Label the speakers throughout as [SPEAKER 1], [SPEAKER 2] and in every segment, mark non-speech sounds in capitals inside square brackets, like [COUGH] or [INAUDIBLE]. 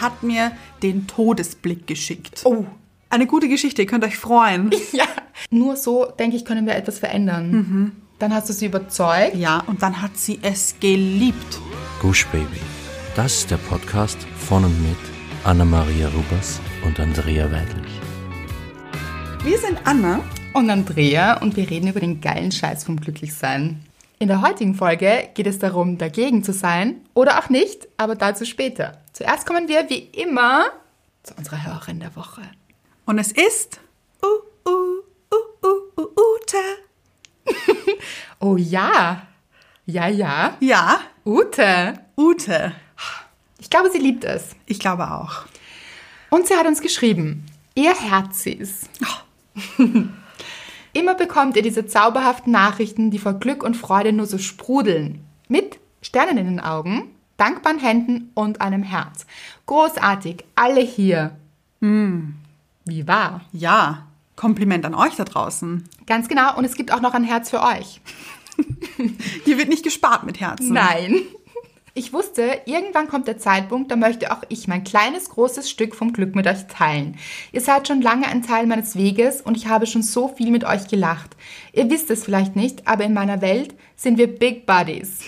[SPEAKER 1] hat mir den Todesblick geschickt.
[SPEAKER 2] Oh, [LAUGHS]
[SPEAKER 1] Eine gute Geschichte, ihr könnt euch freuen.
[SPEAKER 2] ja. Nur so, denke ich, können wir etwas verändern. Dann hast du sie überzeugt.
[SPEAKER 1] Ja, und dann hat sie es geliebt.
[SPEAKER 3] Gush Baby. Das ist der Podcast von und mit Anna-Maria Rubers und Andrea Weidlich.
[SPEAKER 1] Wir sind Anna.
[SPEAKER 2] Und Andrea und wir reden über den geilen Scheiß vom Glücklichsein. In der heutigen Folge geht es darum, dagegen zu sein oder auch nicht, aber dazu später. Zuerst kommen wir wie immer zu unserer Hörerin der Woche.
[SPEAKER 1] Und es ist. Uh, uh, uh, uh, uh, Ute.
[SPEAKER 2] Oh ja. Ja, ja.
[SPEAKER 1] Ja,
[SPEAKER 2] Ute.
[SPEAKER 1] Ute.
[SPEAKER 2] Ich glaube, sie liebt es.
[SPEAKER 1] Ich glaube auch.
[SPEAKER 2] Und sie hat uns geschrieben, ihr Herzis. Immer bekommt ihr diese zauberhaften Nachrichten, die vor Glück und Freude nur so sprudeln. Mit Sternen in den Augen, dankbaren Händen und einem Herz. Großartig, alle hier. Wie wahr.
[SPEAKER 1] Ja, Kompliment an euch da draußen.
[SPEAKER 2] Ganz genau, und es gibt auch noch ein Herz für euch.
[SPEAKER 1] Hier wird nicht gespart mit Herzen.
[SPEAKER 2] Nein. Ich wusste, irgendwann kommt der Zeitpunkt, da möchte auch ich mein kleines, großes Stück vom Glück mit euch teilen. Ihr seid schon lange ein Teil meines Weges und ich habe schon so viel mit euch gelacht. Ihr wisst es vielleicht nicht, aber in meiner Welt sind wir Big Buddies.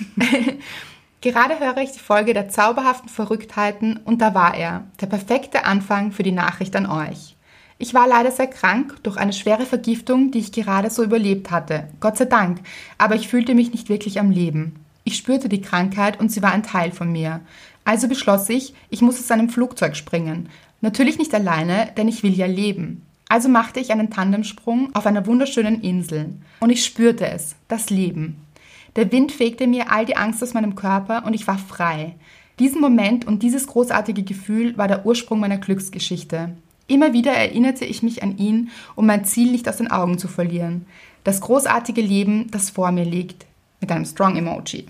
[SPEAKER 2] Gerade höre ich die Folge der zauberhaften Verrücktheiten und da war er, der perfekte Anfang für die Nachricht an euch. Ich war leider sehr krank durch eine schwere Vergiftung, die ich gerade so überlebt hatte. Gott sei Dank, aber ich fühlte mich nicht wirklich am Leben. Ich spürte die Krankheit und sie war ein Teil von mir. Also beschloss ich, ich muss aus einem Flugzeug springen. Natürlich nicht alleine, denn ich will ja leben. Also machte ich einen Tandemsprung auf einer wunderschönen Insel. Und ich spürte es, das Leben. Der Wind fegte mir all die Angst aus meinem Körper und ich war frei. Diesen Moment und dieses großartige Gefühl war der Ursprung meiner Glücksgeschichte. Immer wieder erinnerte ich mich an ihn, um mein Ziel nicht aus den Augen zu verlieren. Das großartige Leben, das vor mir liegt. Mit einem Strong Emoji.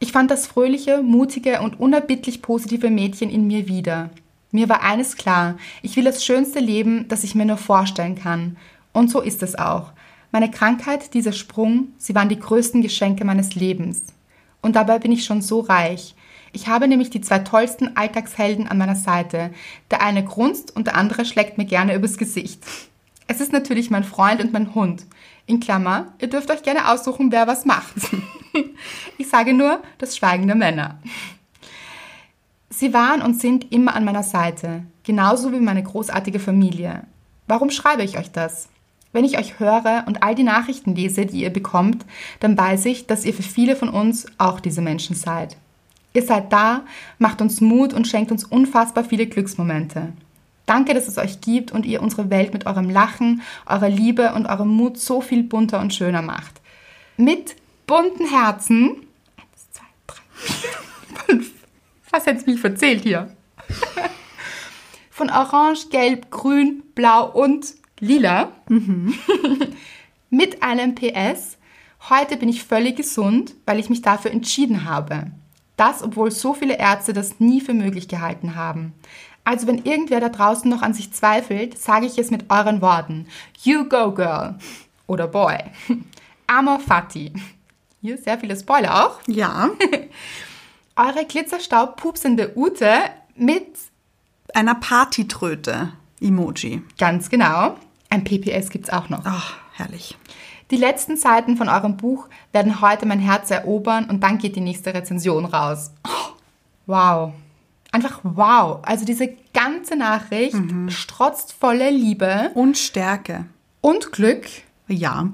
[SPEAKER 2] Ich fand das fröhliche, mutige und unerbittlich positive Mädchen in mir wieder. Mir war eines klar, ich will das schönste Leben, das ich mir nur vorstellen kann. Und so ist es auch. Meine Krankheit, dieser Sprung, sie waren die größten Geschenke meines Lebens. Und dabei bin ich schon so reich. Ich habe nämlich die zwei tollsten Alltagshelden an meiner Seite. Der eine grunzt und der andere schlägt mir gerne übers Gesicht. Es ist natürlich mein Freund und mein Hund. In Klammer, ihr dürft euch gerne aussuchen, wer was macht. Ich sage nur, das Schweigen der Männer. Sie waren und sind immer an meiner Seite, genauso wie meine großartige Familie. Warum schreibe ich euch das? Wenn ich euch höre und all die Nachrichten lese, die ihr bekommt, dann weiß ich, dass ihr für viele von uns auch diese Menschen seid. Ihr seid da, macht uns Mut und schenkt uns unfassbar viele Glücksmomente. Danke, dass es euch gibt und ihr unsere Welt mit eurem Lachen, eurer Liebe und eurem Mut so viel bunter und schöner macht. Mit bunten Herzen. Eins, zwei, drei, vier, fünf. Was hättest mich verzählt hier? Von Orange, Gelb, Grün, Blau und Lila. Mhm. [LAUGHS] Mit einem PS. Heute bin ich völlig gesund, weil ich mich dafür entschieden habe. Das, obwohl so viele Ärzte das nie für möglich gehalten haben. Also wenn irgendwer da draußen noch an sich zweifelt, sage ich es mit euren Worten. You go girl. Oder boy. [LAUGHS] Amor Fati. Hier sehr viele Spoiler auch.
[SPEAKER 1] Ja,
[SPEAKER 2] Eure glitzerstaub-pupsende Ute mit
[SPEAKER 1] einer Partytröte. Emoji.
[SPEAKER 2] Ganz genau. Ein PPS gibt's auch noch.
[SPEAKER 1] Ach, Oh, herrlich.
[SPEAKER 2] Die letzten Seiten von eurem Buch werden heute mein Herz erobern und dann geht die nächste Rezension raus. Oh, wow. Einfach wow. Also diese ganze Nachricht strotzt voller Liebe
[SPEAKER 1] Und Stärke.
[SPEAKER 2] und Glück
[SPEAKER 1] Ja.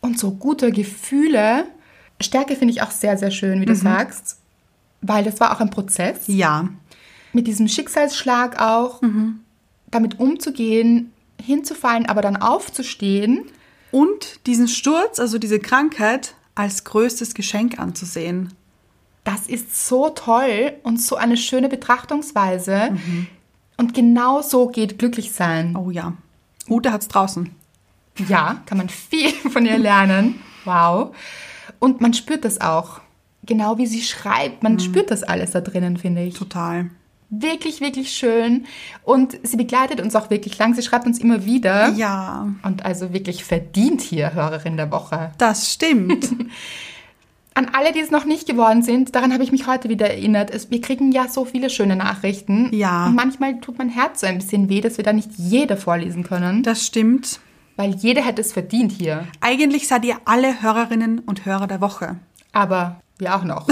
[SPEAKER 2] und so guter Gefühle. Stärke finde ich auch sehr, sehr schön, wie du sagst, weil das war auch ein Prozess.
[SPEAKER 1] Ja.
[SPEAKER 2] mit diesem Schicksalsschlag auch, damit umzugehen, hinzufallen, aber dann aufzustehen.
[SPEAKER 1] Und diesen Sturz, also diese Krankheit, als größtes Geschenk anzusehen.
[SPEAKER 2] Das ist so toll und so eine schöne Betrachtungsweise. Und genau so geht glücklich sein.
[SPEAKER 1] Oh ja. Ute hat's draußen.
[SPEAKER 2] Ja, kann man viel [LAUGHS] von ihr lernen. Wow. Und man spürt das auch. Genau wie sie schreibt. Man spürt das alles da drinnen, finde ich.
[SPEAKER 1] Total.
[SPEAKER 2] Wirklich, wirklich schön. Und sie begleitet uns auch wirklich lang. Sie schreibt uns immer wieder.
[SPEAKER 1] Ja, [LAUGHS]
[SPEAKER 2] Und also wirklich verdient hier Hörerin der Woche.
[SPEAKER 1] das stimmt.
[SPEAKER 2] An alle, die es noch nicht geworden sind, daran habe ich mich heute wieder erinnert. Es, wir kriegen ja so viele schöne Nachrichten.
[SPEAKER 1] Ja.
[SPEAKER 2] Und manchmal tut mein Herz so ein bisschen weh, dass wir da nicht jede vorlesen können,
[SPEAKER 1] Das stimmt.
[SPEAKER 2] weil jeder hätte es verdient hier.
[SPEAKER 1] Eigentlich seid ihr alle Hörerinnen und Hörer der Woche.
[SPEAKER 2] Aber wir auch noch.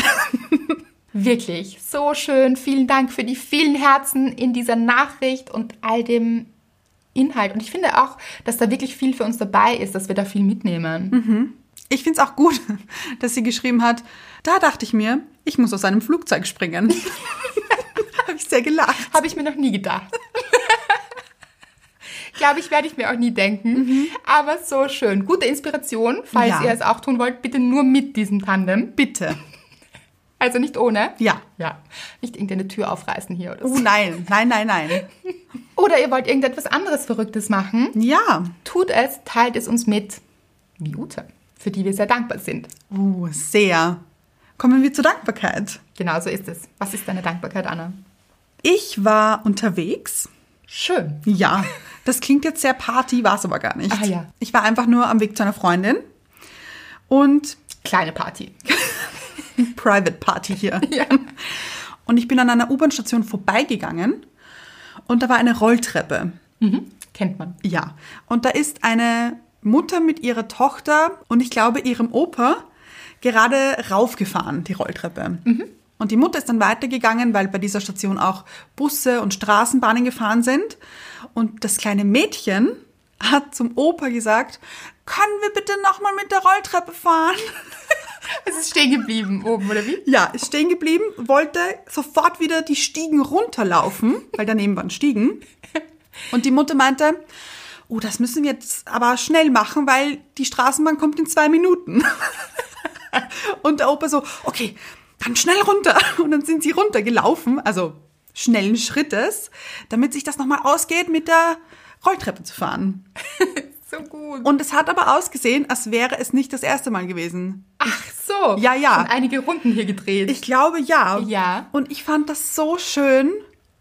[SPEAKER 2] Wirklich, so schön. Vielen Dank für die vielen Herzen in dieser Nachricht und all dem Inhalt. Und ich finde auch, dass da wirklich viel für uns dabei ist, dass wir da viel mitnehmen.
[SPEAKER 1] Ich finde es auch gut, [LAUGHS] dass sie geschrieben hat, da dachte ich mir, ich muss aus einem Flugzeug [LAUGHS] springen. Habe ich sehr gelacht.
[SPEAKER 2] Habe ich mir noch nie gedacht. [LAUGHS] Glaube ich, werde ich mir auch nie denken. Aber so schön. Gute Inspiration, falls
[SPEAKER 1] Ja.
[SPEAKER 2] ihr es auch tun wollt, bitte nur mit diesem Tandem.
[SPEAKER 1] Bitte.
[SPEAKER 2] [LAUGHS] Also nicht ohne.
[SPEAKER 1] Ja.
[SPEAKER 2] Ja. Nicht irgendeine Tür aufreißen hier oder so.
[SPEAKER 1] Oh nein, nein, nein, nein.
[SPEAKER 2] Oder ihr wollt irgendetwas anderes Verrücktes machen.
[SPEAKER 1] Ja.
[SPEAKER 2] Tut es, teilt es uns mit. Wie Ute, für die wir sehr dankbar sind.
[SPEAKER 1] Uh, sehr. Kommen wir zur Dankbarkeit.
[SPEAKER 2] Genau so ist es. Was ist deine Dankbarkeit, Anna?
[SPEAKER 1] Ich war unterwegs.
[SPEAKER 2] Schön.
[SPEAKER 1] Ja, das klingt jetzt sehr Party, war es aber gar nicht.
[SPEAKER 2] Ah, ja.
[SPEAKER 1] Ich war einfach nur am Weg zu einer Freundin und
[SPEAKER 2] Kleine Party.
[SPEAKER 1] Private Party hier.
[SPEAKER 2] [LAUGHS] Ja.
[SPEAKER 1] Und ich bin an einer U-Bahn-Station vorbeigegangen und da war eine Rolltreppe.
[SPEAKER 2] [LAUGHS] Mhm. Kennt man.
[SPEAKER 1] Ja. Und da ist eine Mutter mit ihrer Tochter und ich glaube ihrem Opa gerade raufgefahren, die Rolltreppe. Und die Mutter ist dann weitergegangen, weil bei dieser Station auch Busse und Straßenbahnen gefahren sind. Und das kleine Mädchen hat zum Opa gesagt, können wir bitte nochmal mit der Rolltreppe fahren?
[SPEAKER 2] Es ist stehen geblieben oben, oder wie?
[SPEAKER 1] Ja, ist stehen geblieben, wollte sofort wieder die Stiegen runterlaufen, weil daneben waren Stiegen. Und die Mutter meinte, oh, das müssen wir jetzt aber schnell machen, weil die Straßenbahn kommt in zwei Minuten. [LAUGHS] Und der Opa so, okay, dann schnell runter. Und dann sind sie runtergelaufen, also schnellen Schrittes, damit sich das nochmal ausgeht, mit der Rolltreppe zu fahren.
[SPEAKER 2] So gut.
[SPEAKER 1] Und es hat aber ausgesehen, als wäre es nicht das erste Mal gewesen.
[SPEAKER 2] Ach so.
[SPEAKER 1] Ja, ja.
[SPEAKER 2] Schon einige Runden hier gedreht.
[SPEAKER 1] Ich glaube ja.
[SPEAKER 2] Ja.
[SPEAKER 1] Und ich fand das so schön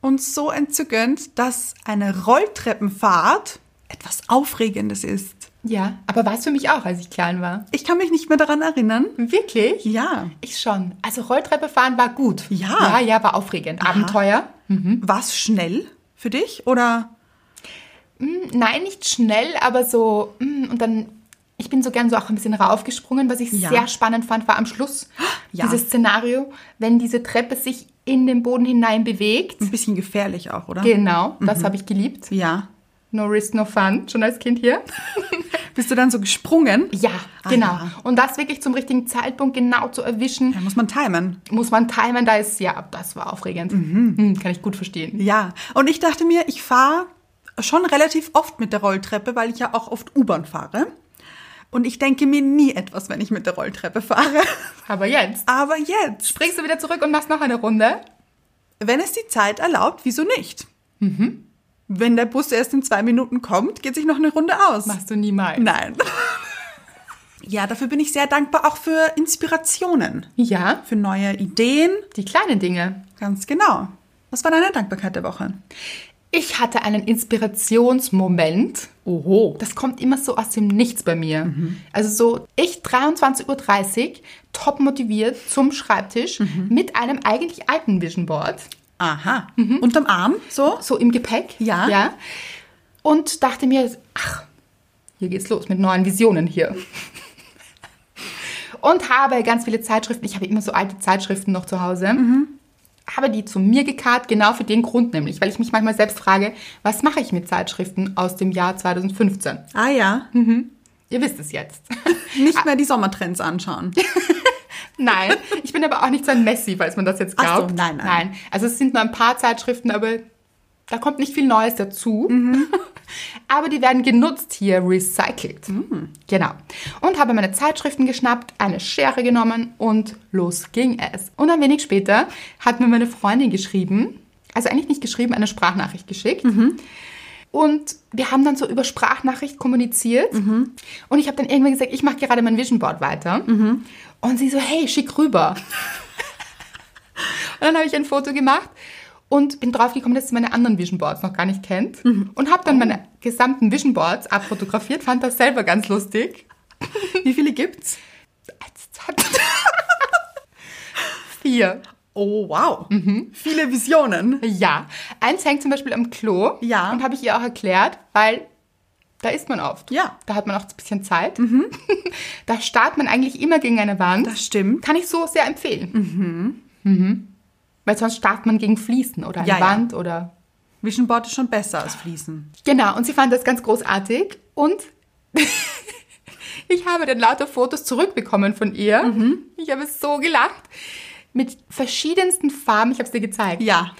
[SPEAKER 1] und so entzückend, dass eine Rolltreppenfahrt etwas Aufregendes ist.
[SPEAKER 2] ja, aber war es für mich auch, als ich klein war.
[SPEAKER 1] Ich kann mich nicht mehr daran erinnern.
[SPEAKER 2] Wirklich?
[SPEAKER 1] Ja.
[SPEAKER 2] Ich schon. Also Rolltreppe fahren war gut.
[SPEAKER 1] Ja.
[SPEAKER 2] Ja, ja, war aufregend. Abenteuer.
[SPEAKER 1] War es schnell für dich? Oder?
[SPEAKER 2] Hm, Nein, nicht schnell, aber so. hm, Und dann, ich bin so gern so auch ein bisschen raufgesprungen. Was ich
[SPEAKER 1] Ja.
[SPEAKER 2] sehr spannend fand, war am [GASPS] Schluss
[SPEAKER 1] Ja.
[SPEAKER 2] dieses Szenario, wenn diese Treppe sich in den Boden hinein bewegt.
[SPEAKER 1] Ein bisschen gefährlich auch, oder?
[SPEAKER 2] Genau, das habe ich geliebt.
[SPEAKER 1] Ja.
[SPEAKER 2] No risk, no fun, schon als Kind hier.
[SPEAKER 1] Bist du dann so gesprungen?
[SPEAKER 2] Ja,
[SPEAKER 1] Ah,
[SPEAKER 2] genau.
[SPEAKER 1] ja.
[SPEAKER 2] Und das wirklich zum richtigen Zeitpunkt genau zu erwischen,
[SPEAKER 1] Da muss man timen.
[SPEAKER 2] muss man timen, da ist, ja, das war aufregend. Hm, kann ich gut verstehen.
[SPEAKER 1] Ja. Und ich dachte mir, ich fahre schon relativ oft mit der Rolltreppe, weil ich ja auch oft U-Bahn fahre. Und ich denke mir nie etwas, wenn ich mit der Rolltreppe fahre. [LAUGHS]
[SPEAKER 2] Aber jetzt
[SPEAKER 1] Aber jetzt.
[SPEAKER 2] springst du wieder zurück und machst noch eine Runde.
[SPEAKER 1] Wenn es die Zeit erlaubt, wieso nicht? Mhm. Wenn der Bus erst in zwei Minuten kommt, geht sich noch eine Runde aus.
[SPEAKER 2] Machst du niemals.
[SPEAKER 1] Nein. [LAUGHS] ja, dafür bin ich sehr dankbar, auch für Inspirationen,
[SPEAKER 2] Ja,
[SPEAKER 1] für neue Ideen.
[SPEAKER 2] die kleinen Dinge.
[SPEAKER 1] Ganz genau. Was war deine Dankbarkeit der Woche?
[SPEAKER 2] Ich hatte einen Inspirationsmoment.
[SPEAKER 1] Oho.
[SPEAKER 2] Das kommt immer so aus dem Nichts bei mir. Also so, ich 23.30 Uhr, top motiviert zum Schreibtisch mit einem eigentlich alten Vision Board.
[SPEAKER 1] Aha. Unterm Arm, so?
[SPEAKER 2] so im Gepäck.
[SPEAKER 1] Ja.
[SPEAKER 2] ja. Und dachte mir, ach, hier geht's los mit neuen Visionen hier. Und habe ganz viele Zeitschriften. Ich habe immer so alte Zeitschriften noch zu Hause. Habe die zu mir gekarrt, genau für den Grund nämlich, weil ich mich manchmal selbst frage, was mache ich mit Zeitschriften aus dem Jahr 2015?
[SPEAKER 1] Ah ja.
[SPEAKER 2] Ihr wisst es jetzt. [LAUGHS]
[SPEAKER 1] Nicht mehr die Sommertrends anschauen.
[SPEAKER 2] Nein, ich bin aber auch nicht so ein Messi, falls man das jetzt
[SPEAKER 1] Ach so,
[SPEAKER 2] glaubt.
[SPEAKER 1] nein, nein.
[SPEAKER 2] Also es sind nur ein paar Zeitschriften, aber da kommt nicht viel Neues dazu.
[SPEAKER 1] Mhm.
[SPEAKER 2] [LAUGHS] aber die werden genutzt hier, recycelt.
[SPEAKER 1] Mhm.
[SPEAKER 2] Genau. Und habe meine Zeitschriften geschnappt, eine Schere genommen und los ging es. Und ein wenig später hat mir meine Freundin geschrieben, also eigentlich nicht geschrieben, eine Sprachnachricht geschickt. Und wir haben dann so über Sprachnachricht kommuniziert. Und ich habe dann irgendwann gesagt, ich mache gerade mein Vision Board weiter. Und sie so, hey, schick rüber. und dann habe ich ein Foto gemacht und bin draufgekommen, dass sie meine anderen Vision Boards noch gar nicht kennt. Und habe dann meine gesamten Vision Boards abfotografiert, fand das selber ganz lustig.
[SPEAKER 1] Wie viele gibt's?
[SPEAKER 2] Jetzt hat- [LAUGHS] vier.
[SPEAKER 1] Oh, wow. Viele Visionen.
[SPEAKER 2] Ja. Eins hängt zum Beispiel am Klo.
[SPEAKER 1] Ja.
[SPEAKER 2] Und habe ich ihr auch erklärt, weil da ist man oft.
[SPEAKER 1] Ja. Mhm.
[SPEAKER 2] Da hat man auch ein bisschen Zeit. [LAUGHS] da starrt man eigentlich immer gegen eine Wand.
[SPEAKER 1] Das stimmt.
[SPEAKER 2] Kann ich so sehr empfehlen. Mhm. Weil sonst starrt man gegen Fliesen oder eine
[SPEAKER 1] Ja, ja.
[SPEAKER 2] Wand oder.
[SPEAKER 1] Vision Board ist schon besser als Fließen.
[SPEAKER 2] Genau, und sie fand das ganz großartig und [LAUGHS] ich habe dann lauter Fotos zurückbekommen von ihr.
[SPEAKER 1] Mhm.
[SPEAKER 2] Ich habe so gelacht. Mit verschiedensten Farben, ich habe es dir gezeigt.
[SPEAKER 1] Ja.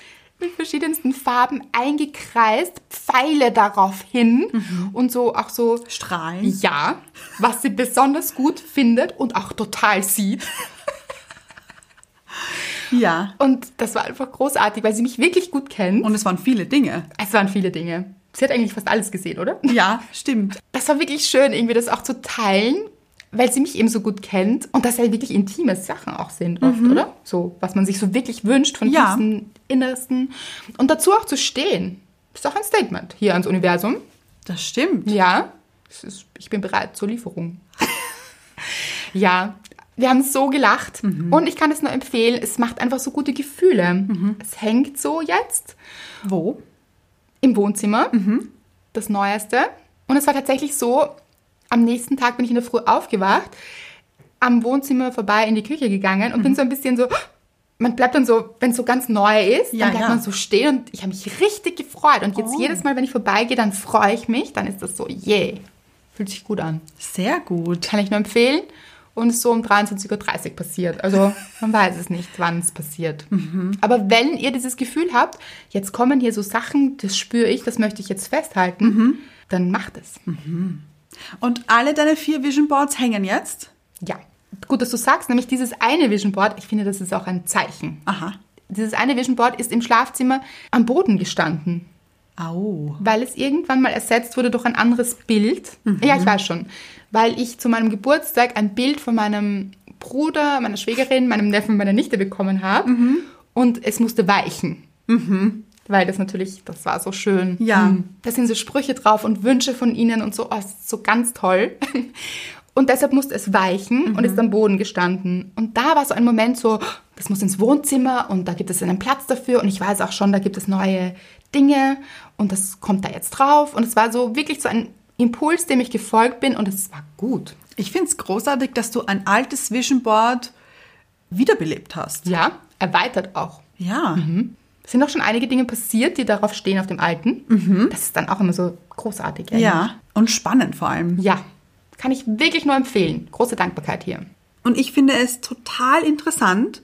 [SPEAKER 2] Mit verschiedensten Farben eingekreist, Pfeile darauf hin
[SPEAKER 1] Mhm.
[SPEAKER 2] und so auch so
[SPEAKER 1] Strahlen.
[SPEAKER 2] ja, was sie besonders gut findet und auch total sieht.
[SPEAKER 1] Ja.
[SPEAKER 2] Und das war einfach großartig, weil sie mich wirklich gut kennt.
[SPEAKER 1] Und es waren viele Dinge.
[SPEAKER 2] es waren viele Dinge. Sie hat eigentlich fast alles gesehen, oder?
[SPEAKER 1] Ja, stimmt.
[SPEAKER 2] Das war wirklich schön, irgendwie das auch zu teilen, weil sie mich eben so gut kennt und dass halt wirklich intime Sachen auch sind oft, oder? So, was man sich so wirklich wünscht von
[SPEAKER 1] Mhm. Ja.
[SPEAKER 2] diesem Innersten. Und dazu auch zu stehen, ist auch ein Statement hier ans Universum.
[SPEAKER 1] Das stimmt.
[SPEAKER 2] Ja, es ist, ich bin bereit zur Lieferung. [LAUGHS] ja, wir haben so gelacht und ich kann es nur empfehlen, es macht einfach so gute Gefühle. Es hängt so jetzt
[SPEAKER 1] Wo?
[SPEAKER 2] im Wohnzimmer,
[SPEAKER 1] Mhm.
[SPEAKER 2] das Neueste. Und es war tatsächlich so, am nächsten Tag bin ich in der Früh aufgewacht, am Wohnzimmer vorbei in die Küche gegangen und
[SPEAKER 1] Mhm.
[SPEAKER 2] bin so ein bisschen so, man bleibt dann so, wenn es so ganz neu ist,
[SPEAKER 1] Ja,
[SPEAKER 2] dann bleibt
[SPEAKER 1] ja.
[SPEAKER 2] man so stehen und ich habe mich richtig gefreut. Und jetzt
[SPEAKER 1] Oh.
[SPEAKER 2] jedes Mal, wenn ich vorbeigehe, dann freue ich mich, dann ist das so, yeah, fühlt sich gut an.
[SPEAKER 1] Sehr gut.
[SPEAKER 2] Kann ich nur empfehlen. Und ist so um 23.30 Uhr passiert. Also man weiß es nicht, wann es passiert. Aber wenn ihr dieses Gefühl habt, jetzt kommen hier so Sachen, das spüre ich, das möchte ich jetzt festhalten, dann macht es.
[SPEAKER 1] Und alle deine vier Vision Boards hängen jetzt?
[SPEAKER 2] Ja. Gut, dass du sagst, nämlich dieses eine Vision Board, ich finde, das ist auch ein Zeichen.
[SPEAKER 1] Aha.
[SPEAKER 2] Dieses eine Vision Board ist im Schlafzimmer am Boden gestanden.
[SPEAKER 1] Au.
[SPEAKER 2] Weil es irgendwann mal ersetzt wurde durch ein anderes Bild. Ja, ich weiß schon. Weil ich zu meinem Geburtstag ein Bild von meinem Bruder, meiner Schwägerin, meinem Neffen, meiner Nichte bekommen habe. Und es musste weichen. Weil das natürlich, das war so schön.
[SPEAKER 1] Ja.
[SPEAKER 2] Mhm. Da sind so Sprüche drauf und Wünsche von ihnen und so, oh, es ist so ganz toll. [LAUGHS] Und deshalb musste es weichen
[SPEAKER 1] Mhm.
[SPEAKER 2] und ist am Boden gestanden. Und da war so ein Moment so, das muss ins Wohnzimmer und da gibt es einen Platz dafür und ich weiß auch schon, da gibt es neue Dinge und das kommt da jetzt drauf. Und es war so wirklich so ein Impuls, dem ich gefolgt bin und es war gut.
[SPEAKER 1] Ich finde es großartig, dass du ein altes Vision Board wiederbelebt hast.
[SPEAKER 2] Ja, erweitert auch.
[SPEAKER 1] Ja.
[SPEAKER 2] Es sind auch schon einige Dinge passiert, die darauf stehen auf dem alten. Das ist dann auch immer so großartig. eigentlich.
[SPEAKER 1] Mhm. Ja. Und spannend vor allem.
[SPEAKER 2] Ja, kann ich wirklich nur empfehlen. Große Dankbarkeit hier.
[SPEAKER 1] Und ich finde es total interessant,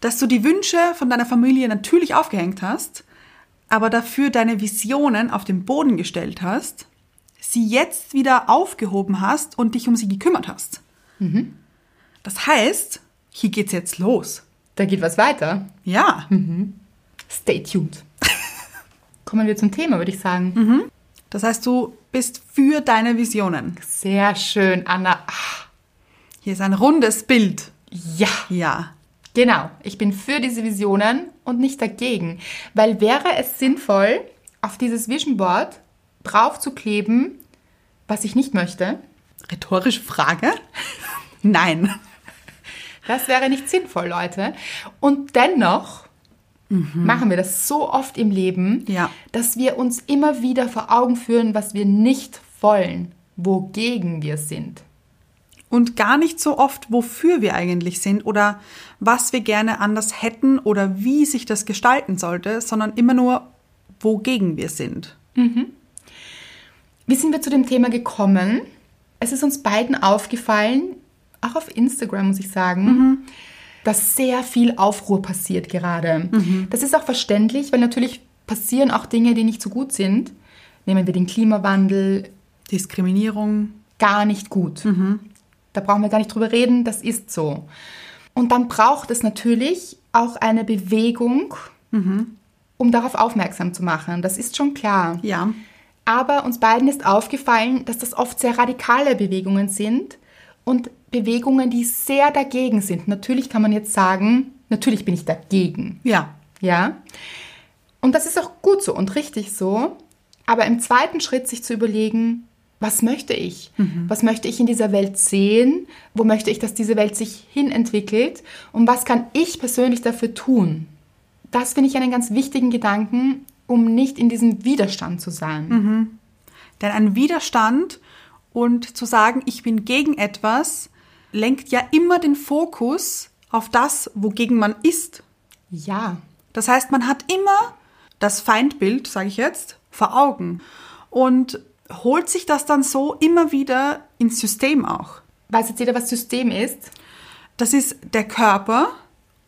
[SPEAKER 1] dass du die Wünsche von deiner Familie natürlich aufgehängt hast, aber dafür deine Visionen auf den Boden gestellt hast, sie jetzt wieder aufgehoben hast und dich um sie gekümmert hast. Das heißt, hier geht's jetzt los.
[SPEAKER 2] Da geht was weiter.
[SPEAKER 1] Ja,
[SPEAKER 2] Stay tuned. Kommen wir zum Thema, würde ich sagen.
[SPEAKER 1] das heißt, du bist für deine Visionen.
[SPEAKER 2] Sehr schön, Anna. Ach,
[SPEAKER 1] Hier ist ein rundes Bild.
[SPEAKER 2] ja,
[SPEAKER 1] Ja,
[SPEAKER 2] genau. Ich bin für diese Visionen und nicht dagegen. Weil wäre es sinnvoll, auf dieses Vision Board draufzukleben, was ich nicht möchte?
[SPEAKER 1] rhetorische Frage? [LAUGHS] Nein.
[SPEAKER 2] Das wäre nicht sinnvoll, Leute. Und dennoch machen wir das so oft im Leben,
[SPEAKER 1] Ja.
[SPEAKER 2] dass wir uns immer wieder vor Augen führen, was wir nicht wollen, wogegen wir sind.
[SPEAKER 1] und gar nicht so oft, wofür wir eigentlich sind oder was wir gerne anders hätten oder wie sich das gestalten sollte, sondern immer nur, wogegen wir sind.
[SPEAKER 2] Wie sind wir zu dem Thema gekommen? Es ist uns beiden aufgefallen, auch auf Instagram muss ich sagen, dass sehr viel Aufruhr passiert gerade. Das ist auch verständlich, weil natürlich passieren auch Dinge, die nicht so gut sind. Nehmen wir den Klimawandel,
[SPEAKER 1] Diskriminierung,
[SPEAKER 2] gar nicht gut. Da brauchen wir gar nicht drüber reden, das ist so. Und dann braucht es natürlich auch eine Bewegung, um darauf aufmerksam zu machen. Das ist schon klar.
[SPEAKER 1] ja,
[SPEAKER 2] Aber uns beiden ist aufgefallen, dass das oft sehr radikale Bewegungen sind und Bewegungen, die sehr dagegen sind. Natürlich kann man jetzt sagen, natürlich bin ich dagegen.
[SPEAKER 1] ja,
[SPEAKER 2] Ja. Und das ist auch gut so und richtig so. Aber im zweiten Schritt sich zu überlegen, was möchte ich? Was möchte ich in dieser Welt sehen? Wo möchte ich, dass diese Welt sich hinentwickelt? Und was kann ich persönlich dafür tun? Das finde ich einen ganz wichtigen Gedanken, um nicht in diesem Widerstand zu sein.
[SPEAKER 1] Denn ein Widerstand und zu sagen, ich bin gegen etwas, lenkt ja immer den Fokus auf das, wogegen man ist.
[SPEAKER 2] Ja,
[SPEAKER 1] Das heißt, man hat immer das Feindbild, sage ich jetzt, vor Augen und holt sich das dann so immer wieder ins System auch.
[SPEAKER 2] weiß jetzt jeder, was System ist?
[SPEAKER 1] Das ist der Körper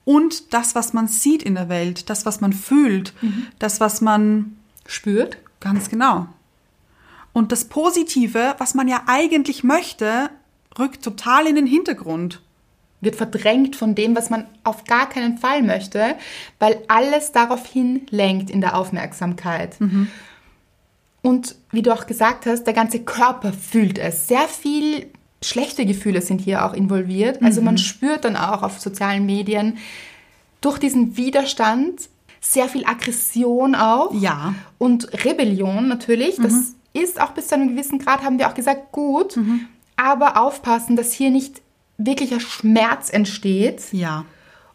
[SPEAKER 1] und das, was man sieht in der Welt, das, was man fühlt, das, was man
[SPEAKER 2] Spürt?
[SPEAKER 1] ganz genau. Und das Positive, was man ja eigentlich möchte, rückt total in den Hintergrund.
[SPEAKER 2] wird verdrängt von dem, was man auf gar keinen Fall möchte, weil alles darauf hin lenkt in der Aufmerksamkeit. Und wie du auch gesagt hast, der ganze Körper fühlt es. Sehr viel schlechte Gefühle sind hier auch involviert. Also man spürt dann auch auf sozialen Medien durch diesen Widerstand sehr viel Aggression auch
[SPEAKER 1] Ja.
[SPEAKER 2] und Rebellion natürlich. Das ist auch bis zu einem gewissen Grad, haben wir auch gesagt, gut. Aber aufpassen, dass hier nicht wirklicher Schmerz entsteht
[SPEAKER 1] Ja.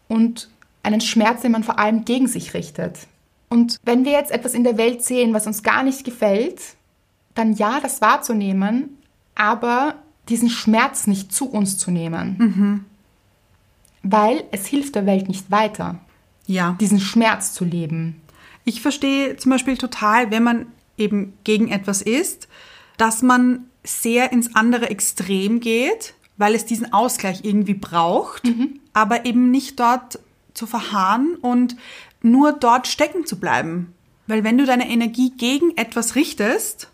[SPEAKER 2] und einen Schmerz, den man vor allem gegen sich richtet. Und wenn wir jetzt etwas in der Welt sehen, was uns gar nicht gefällt, dann ja, das wahrzunehmen, aber diesen Schmerz nicht zu uns zu nehmen. Weil es hilft der Welt nicht weiter,
[SPEAKER 1] Ja.
[SPEAKER 2] diesen Schmerz zu leben.
[SPEAKER 1] Ich verstehe zum Beispiel total, wenn man eben gegen etwas ist, dass man sehr ins andere Extrem geht, weil es diesen Ausgleich irgendwie braucht, aber eben nicht dort zu verharren und nur dort stecken zu bleiben. Weil wenn du deine Energie gegen etwas richtest,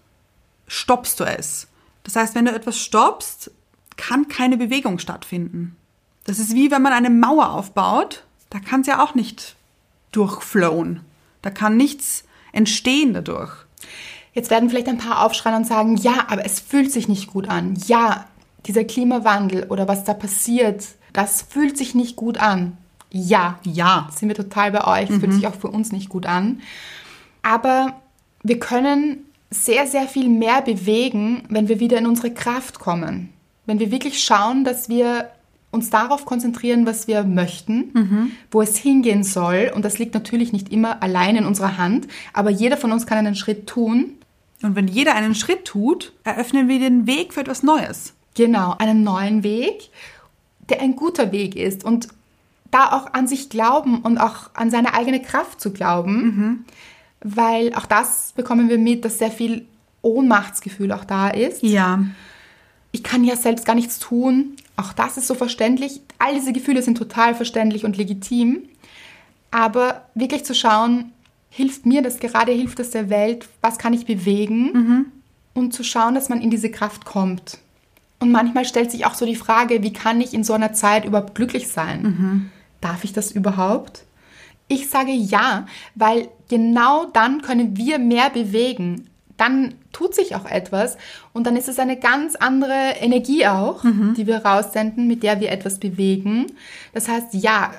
[SPEAKER 1] stoppst du es. Das heißt, wenn du etwas stoppst, kann keine Bewegung stattfinden. Das ist wie wenn man eine Mauer aufbaut, da kann es ja auch nicht durchflowen. Da kann nichts entstehen dadurch.
[SPEAKER 2] Jetzt werden vielleicht ein paar aufschreien und sagen, ja, aber es fühlt sich nicht gut an. Ja, dieser Klimawandel oder was da passiert, das fühlt sich nicht gut an. Ja,
[SPEAKER 1] Ja.
[SPEAKER 2] sind wir total bei euch. Es fühlt sich auch für uns nicht gut an. Aber wir können sehr, sehr viel mehr bewegen, wenn wir wieder in unsere Kraft kommen. Wenn wir wirklich schauen, dass wir uns darauf konzentrieren, was wir möchten, wo es hingehen soll. Und das liegt natürlich nicht immer allein in unserer Hand, aber jeder von uns kann einen Schritt tun.
[SPEAKER 1] Und wenn jeder einen Schritt tut, eröffnen wir den Weg für etwas Neues.
[SPEAKER 2] Genau, einen neuen Weg, der ein guter Weg ist. Und da auch an sich glauben und auch an seine eigene Kraft zu glauben, weil auch das bekommen wir mit, dass sehr viel Ohnmachtsgefühl auch da ist.
[SPEAKER 1] Ja.
[SPEAKER 2] Ich kann ja selbst gar nichts tun. Auch das ist so verständlich. All diese Gefühle sind total verständlich und legitim. Aber wirklich zu schauen, hilft mir das gerade, hilft das der Welt, was kann ich bewegen? Und zu schauen, dass man in diese Kraft kommt. Und manchmal stellt sich auch so die Frage, wie kann ich in so einer Zeit überhaupt glücklich sein? Darf ich das überhaupt? Ich sage ja, weil genau dann können wir mehr bewegen. Dann tut sich auch etwas und dann ist es eine ganz andere Energie auch, die wir raussenden, mit der wir etwas bewegen. Das heißt, ja,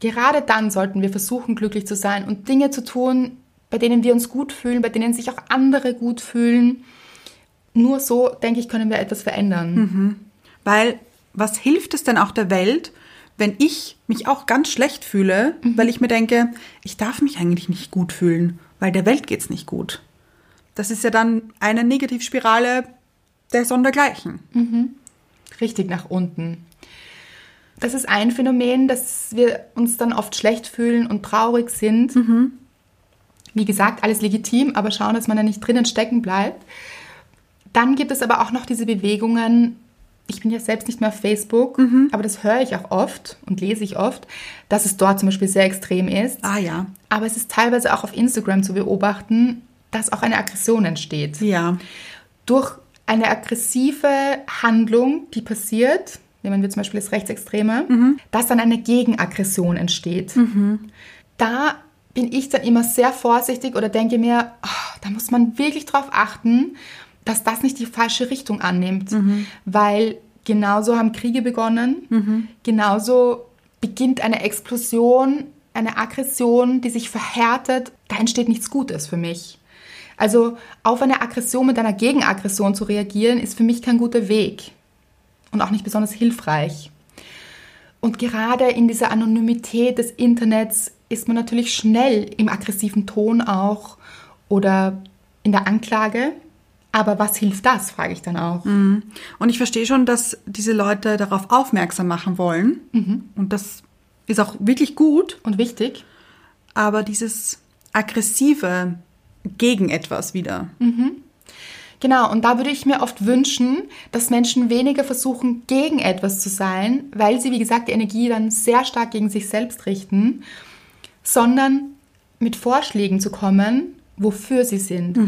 [SPEAKER 2] gerade dann sollten wir versuchen, glücklich zu sein und Dinge zu tun, bei denen wir uns gut fühlen, bei denen sich auch andere gut fühlen. Nur so, denke ich, können wir etwas verändern.
[SPEAKER 1] Weil was hilft es denn auch der Welt, wenn ich mich auch ganz schlecht fühle, weil ich mir denke, ich darf mich eigentlich nicht gut fühlen, weil der Welt geht's nicht gut. Das ist ja dann eine Negativspirale der Sondergleichen.
[SPEAKER 2] richtig nach unten. Das ist ein Phänomen, dass wir uns dann oft schlecht fühlen und traurig sind. Wie gesagt, alles legitim, aber schauen, dass man da nicht drinnen stecken bleibt. Dann gibt es aber auch noch diese Bewegungen, ich bin ja selbst nicht mehr auf Facebook, aber das höre ich auch oft und lese ich oft, dass es dort zum Beispiel sehr extrem ist.
[SPEAKER 1] Ah ja.
[SPEAKER 2] Aber es ist teilweise auch auf Instagram zu beobachten, dass auch eine Aggression entsteht
[SPEAKER 1] Ja.
[SPEAKER 2] durch eine aggressive Handlung, die passiert, nehmen wir zum Beispiel das Rechtsextreme, dass dann eine Gegenaggression entsteht. Da bin ich dann immer sehr vorsichtig oder denke mir, ah, da muss man wirklich drauf achten, dass das nicht die falsche Richtung annimmt. Weil genauso haben Kriege begonnen, genauso beginnt eine Explosion, eine Aggression, die sich verhärtet. Da entsteht nichts Gutes für mich. Also auf eine Aggression mit einer Gegenaggression zu reagieren, ist für mich kein guter Weg und auch nicht besonders hilfreich. Und gerade in dieser Anonymität des Internets ist man natürlich schnell im aggressiven Ton auch oder in der Anklage. Aber was hilft das, frage ich dann auch.
[SPEAKER 1] Und ich verstehe schon, dass diese Leute darauf aufmerksam machen wollen. Und das ist auch wirklich gut.
[SPEAKER 2] Und wichtig,
[SPEAKER 1] Aber dieses aggressive gegen etwas wieder.
[SPEAKER 2] Genau, und da würde ich mir oft wünschen, dass Menschen weniger versuchen, gegen etwas zu sein, weil sie, wie gesagt, die Energie dann sehr stark gegen sich selbst richten, sondern mit Vorschlägen zu kommen, wofür sie sind.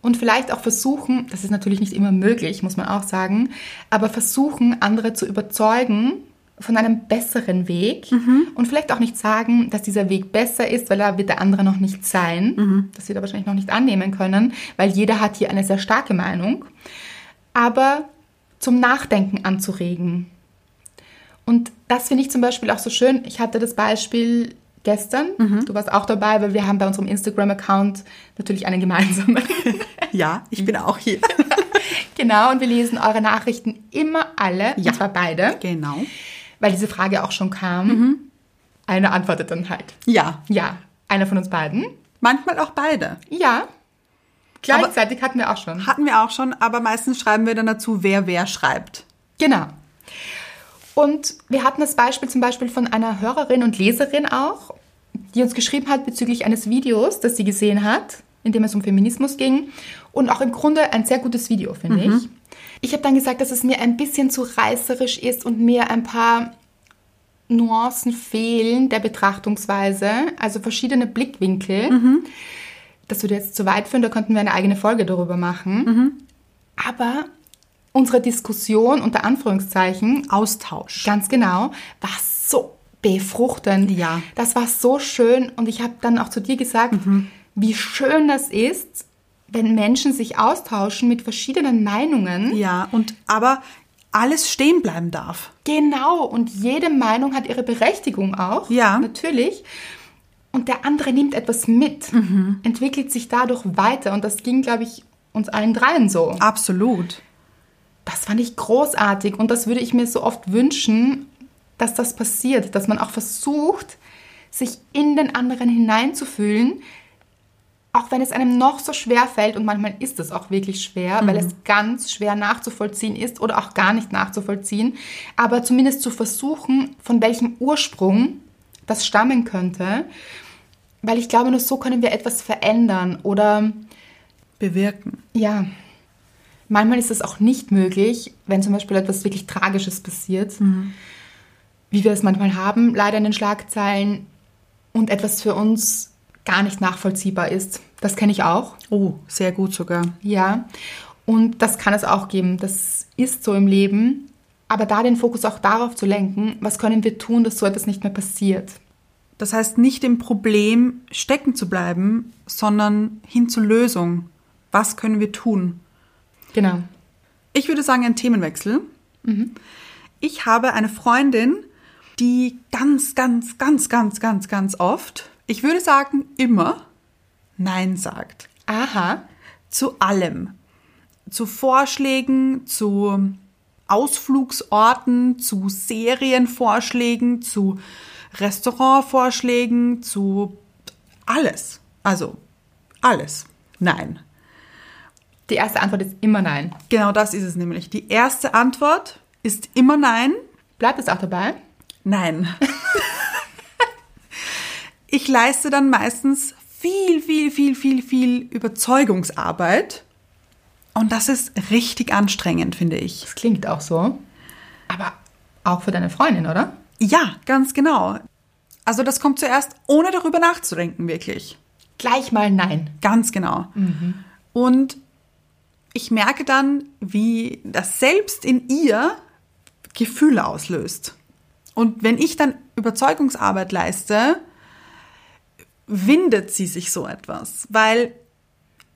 [SPEAKER 2] Und vielleicht auch versuchen, das ist natürlich nicht immer möglich, muss man auch sagen, aber versuchen, andere zu überzeugen von einem besseren Weg und vielleicht auch nicht sagen, dass dieser Weg besser ist, weil er wird der andere noch nicht sein. Das wird er wahrscheinlich noch nicht annehmen können, weil jeder hat hier eine sehr starke Meinung. Aber zum Nachdenken anzuregen. Und das finde ich zum Beispiel auch so schön. Ich hatte das Beispiel gestern. Du warst auch dabei, weil wir haben bei unserem Instagram-Account natürlich einen gemeinsamen.
[SPEAKER 1] Ja, ich bin auch hier.
[SPEAKER 2] genau, und wir lesen eure Nachrichten immer alle,
[SPEAKER 1] Ja.
[SPEAKER 2] und zwar beide,
[SPEAKER 1] genau.
[SPEAKER 2] weil diese Frage auch schon kam. Einer antwortet dann halt.
[SPEAKER 1] Ja,
[SPEAKER 2] Ja, einer von uns beiden.
[SPEAKER 1] manchmal auch beide.
[SPEAKER 2] Ja. Gleichzeitig hatten wir auch schon.
[SPEAKER 1] Hatten wir auch schon, aber meistens schreiben wir dann dazu, wer wer schreibt.
[SPEAKER 2] Genau. Und wir hatten das Beispiel zum Beispiel von einer Hörerin und Leserin auch, die uns geschrieben hat bezüglich eines Videos, das sie gesehen hat, in dem es um Feminismus ging. Und auch im Grunde ein sehr gutes Video, finde ich. Ich habe dann gesagt, dass es mir ein bisschen zu reißerisch ist und mir ein paar Nuancen fehlen der Betrachtungsweise, also verschiedene Blickwinkel. Das würde jetzt zu weit führen, da könnten wir eine eigene Folge darüber machen. Aber unsere Diskussion unter Anführungszeichen,
[SPEAKER 1] Austausch.
[SPEAKER 2] ganz genau, war so befruchtend.
[SPEAKER 1] Ja.
[SPEAKER 2] Das war so schön und ich habe dann auch zu dir gesagt,
[SPEAKER 1] Mhm.
[SPEAKER 2] wie schön das ist, wenn Menschen sich austauschen mit verschiedenen Meinungen.
[SPEAKER 1] Ja, und aber alles stehen bleiben darf.
[SPEAKER 2] Genau, und jede Meinung hat ihre Berechtigung auch.
[SPEAKER 1] Ja.
[SPEAKER 2] Natürlich. Und der andere nimmt etwas mit,
[SPEAKER 1] Mhm.
[SPEAKER 2] entwickelt sich dadurch weiter. Und das ging, glaube ich, uns allen dreien so.
[SPEAKER 1] Absolut.
[SPEAKER 2] Das fand ich großartig und das würde ich mir so oft wünschen, dass das passiert, dass man auch versucht, sich in den anderen hineinzufühlen, auch wenn es einem noch so schwer fällt und manchmal ist es auch wirklich schwer, weil es ganz schwer nachzuvollziehen ist oder auch gar nicht nachzuvollziehen, aber zumindest zu versuchen, von welchem Ursprung das stammen könnte, weil ich glaube, nur so können wir etwas verändern oder
[SPEAKER 1] Bewirken.
[SPEAKER 2] ja. Manchmal ist es auch nicht möglich, wenn zum Beispiel etwas wirklich Tragisches passiert, wie wir es manchmal haben, leider in den Schlagzeilen, und etwas für uns gar nicht nachvollziehbar ist. Das kenne ich auch,
[SPEAKER 1] Oh, sehr gut sogar.
[SPEAKER 2] ja. Und das kann es auch geben. Das ist so im Leben. Aber da den Fokus auch darauf zu lenken, was können wir tun, dass so etwas nicht mehr passiert.
[SPEAKER 1] Das heißt, nicht im Problem stecken zu bleiben, sondern hin zur Lösung. Was können wir tun?
[SPEAKER 2] Genau.
[SPEAKER 1] Ich würde sagen, ein Themenwechsel. Mhm. Ich habe eine Freundin, die ganz, ganz, ganz, ganz, ganz, ganz oft, ich würde sagen immer, Nein sagt.
[SPEAKER 2] Aha.
[SPEAKER 1] Zu allem. Zu Vorschlägen, zu Ausflugsorten, zu Serienvorschlägen, zu Restaurantvorschlägen, zu alles. Also alles. Nein.
[SPEAKER 2] Die erste Antwort ist immer nein.
[SPEAKER 1] Genau das ist es nämlich. Die erste Antwort ist immer nein.
[SPEAKER 2] Bleibt es auch dabei?
[SPEAKER 1] Nein. [LAUGHS] ich leiste dann meistens viel, viel, viel, viel, viel Überzeugungsarbeit. Und das ist richtig anstrengend, finde ich.
[SPEAKER 2] Das klingt auch so. Aber auch für deine Freundin, oder?
[SPEAKER 1] Ja, ganz genau. Also das kommt zuerst, ohne darüber nachzudenken, wirklich.
[SPEAKER 2] Gleich mal nein.
[SPEAKER 1] Ganz genau. Und ich merke dann, wie das selbst in ihr Gefühle auslöst. Und wenn ich dann Überzeugungsarbeit leiste, windet sie sich so etwas. Weil,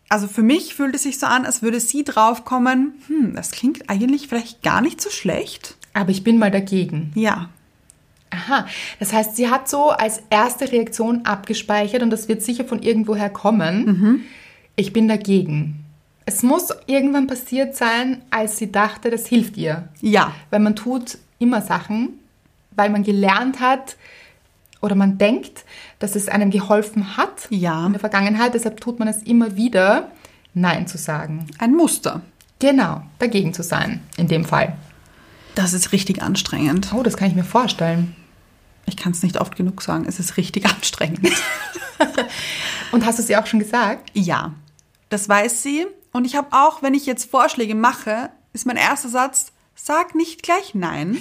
[SPEAKER 1] also für mich fühlt es sich so an, als würde sie draufkommen, hm, das klingt eigentlich vielleicht gar nicht so schlecht.
[SPEAKER 2] Aber ich bin mal dagegen.
[SPEAKER 1] Ja,
[SPEAKER 2] Aha. Das heißt, sie hat so als erste Reaktion abgespeichert und das wird sicher von irgendwoher kommen. Ich bin dagegen. Es muss irgendwann passiert sein, als sie dachte, das hilft ihr.
[SPEAKER 1] Ja.
[SPEAKER 2] Weil man tut immer Sachen, weil man gelernt hat oder man denkt, dass es einem geholfen hat
[SPEAKER 1] Ja.
[SPEAKER 2] in der Vergangenheit. Deshalb tut man es immer wieder, Nein zu sagen.
[SPEAKER 1] Ein Muster.
[SPEAKER 2] Genau, dagegen zu sein, in dem Fall.
[SPEAKER 1] Das ist richtig anstrengend.
[SPEAKER 2] Oh, das kann ich mir vorstellen.
[SPEAKER 1] Ich kann es nicht oft genug sagen. Es ist richtig [LAUGHS] anstrengend.
[SPEAKER 2] Und hast du es ihr auch schon gesagt?
[SPEAKER 1] Ja, das weiß sie. Und ich habe auch, wenn ich jetzt Vorschläge mache, ist mein erster Satz, sag nicht gleich nein,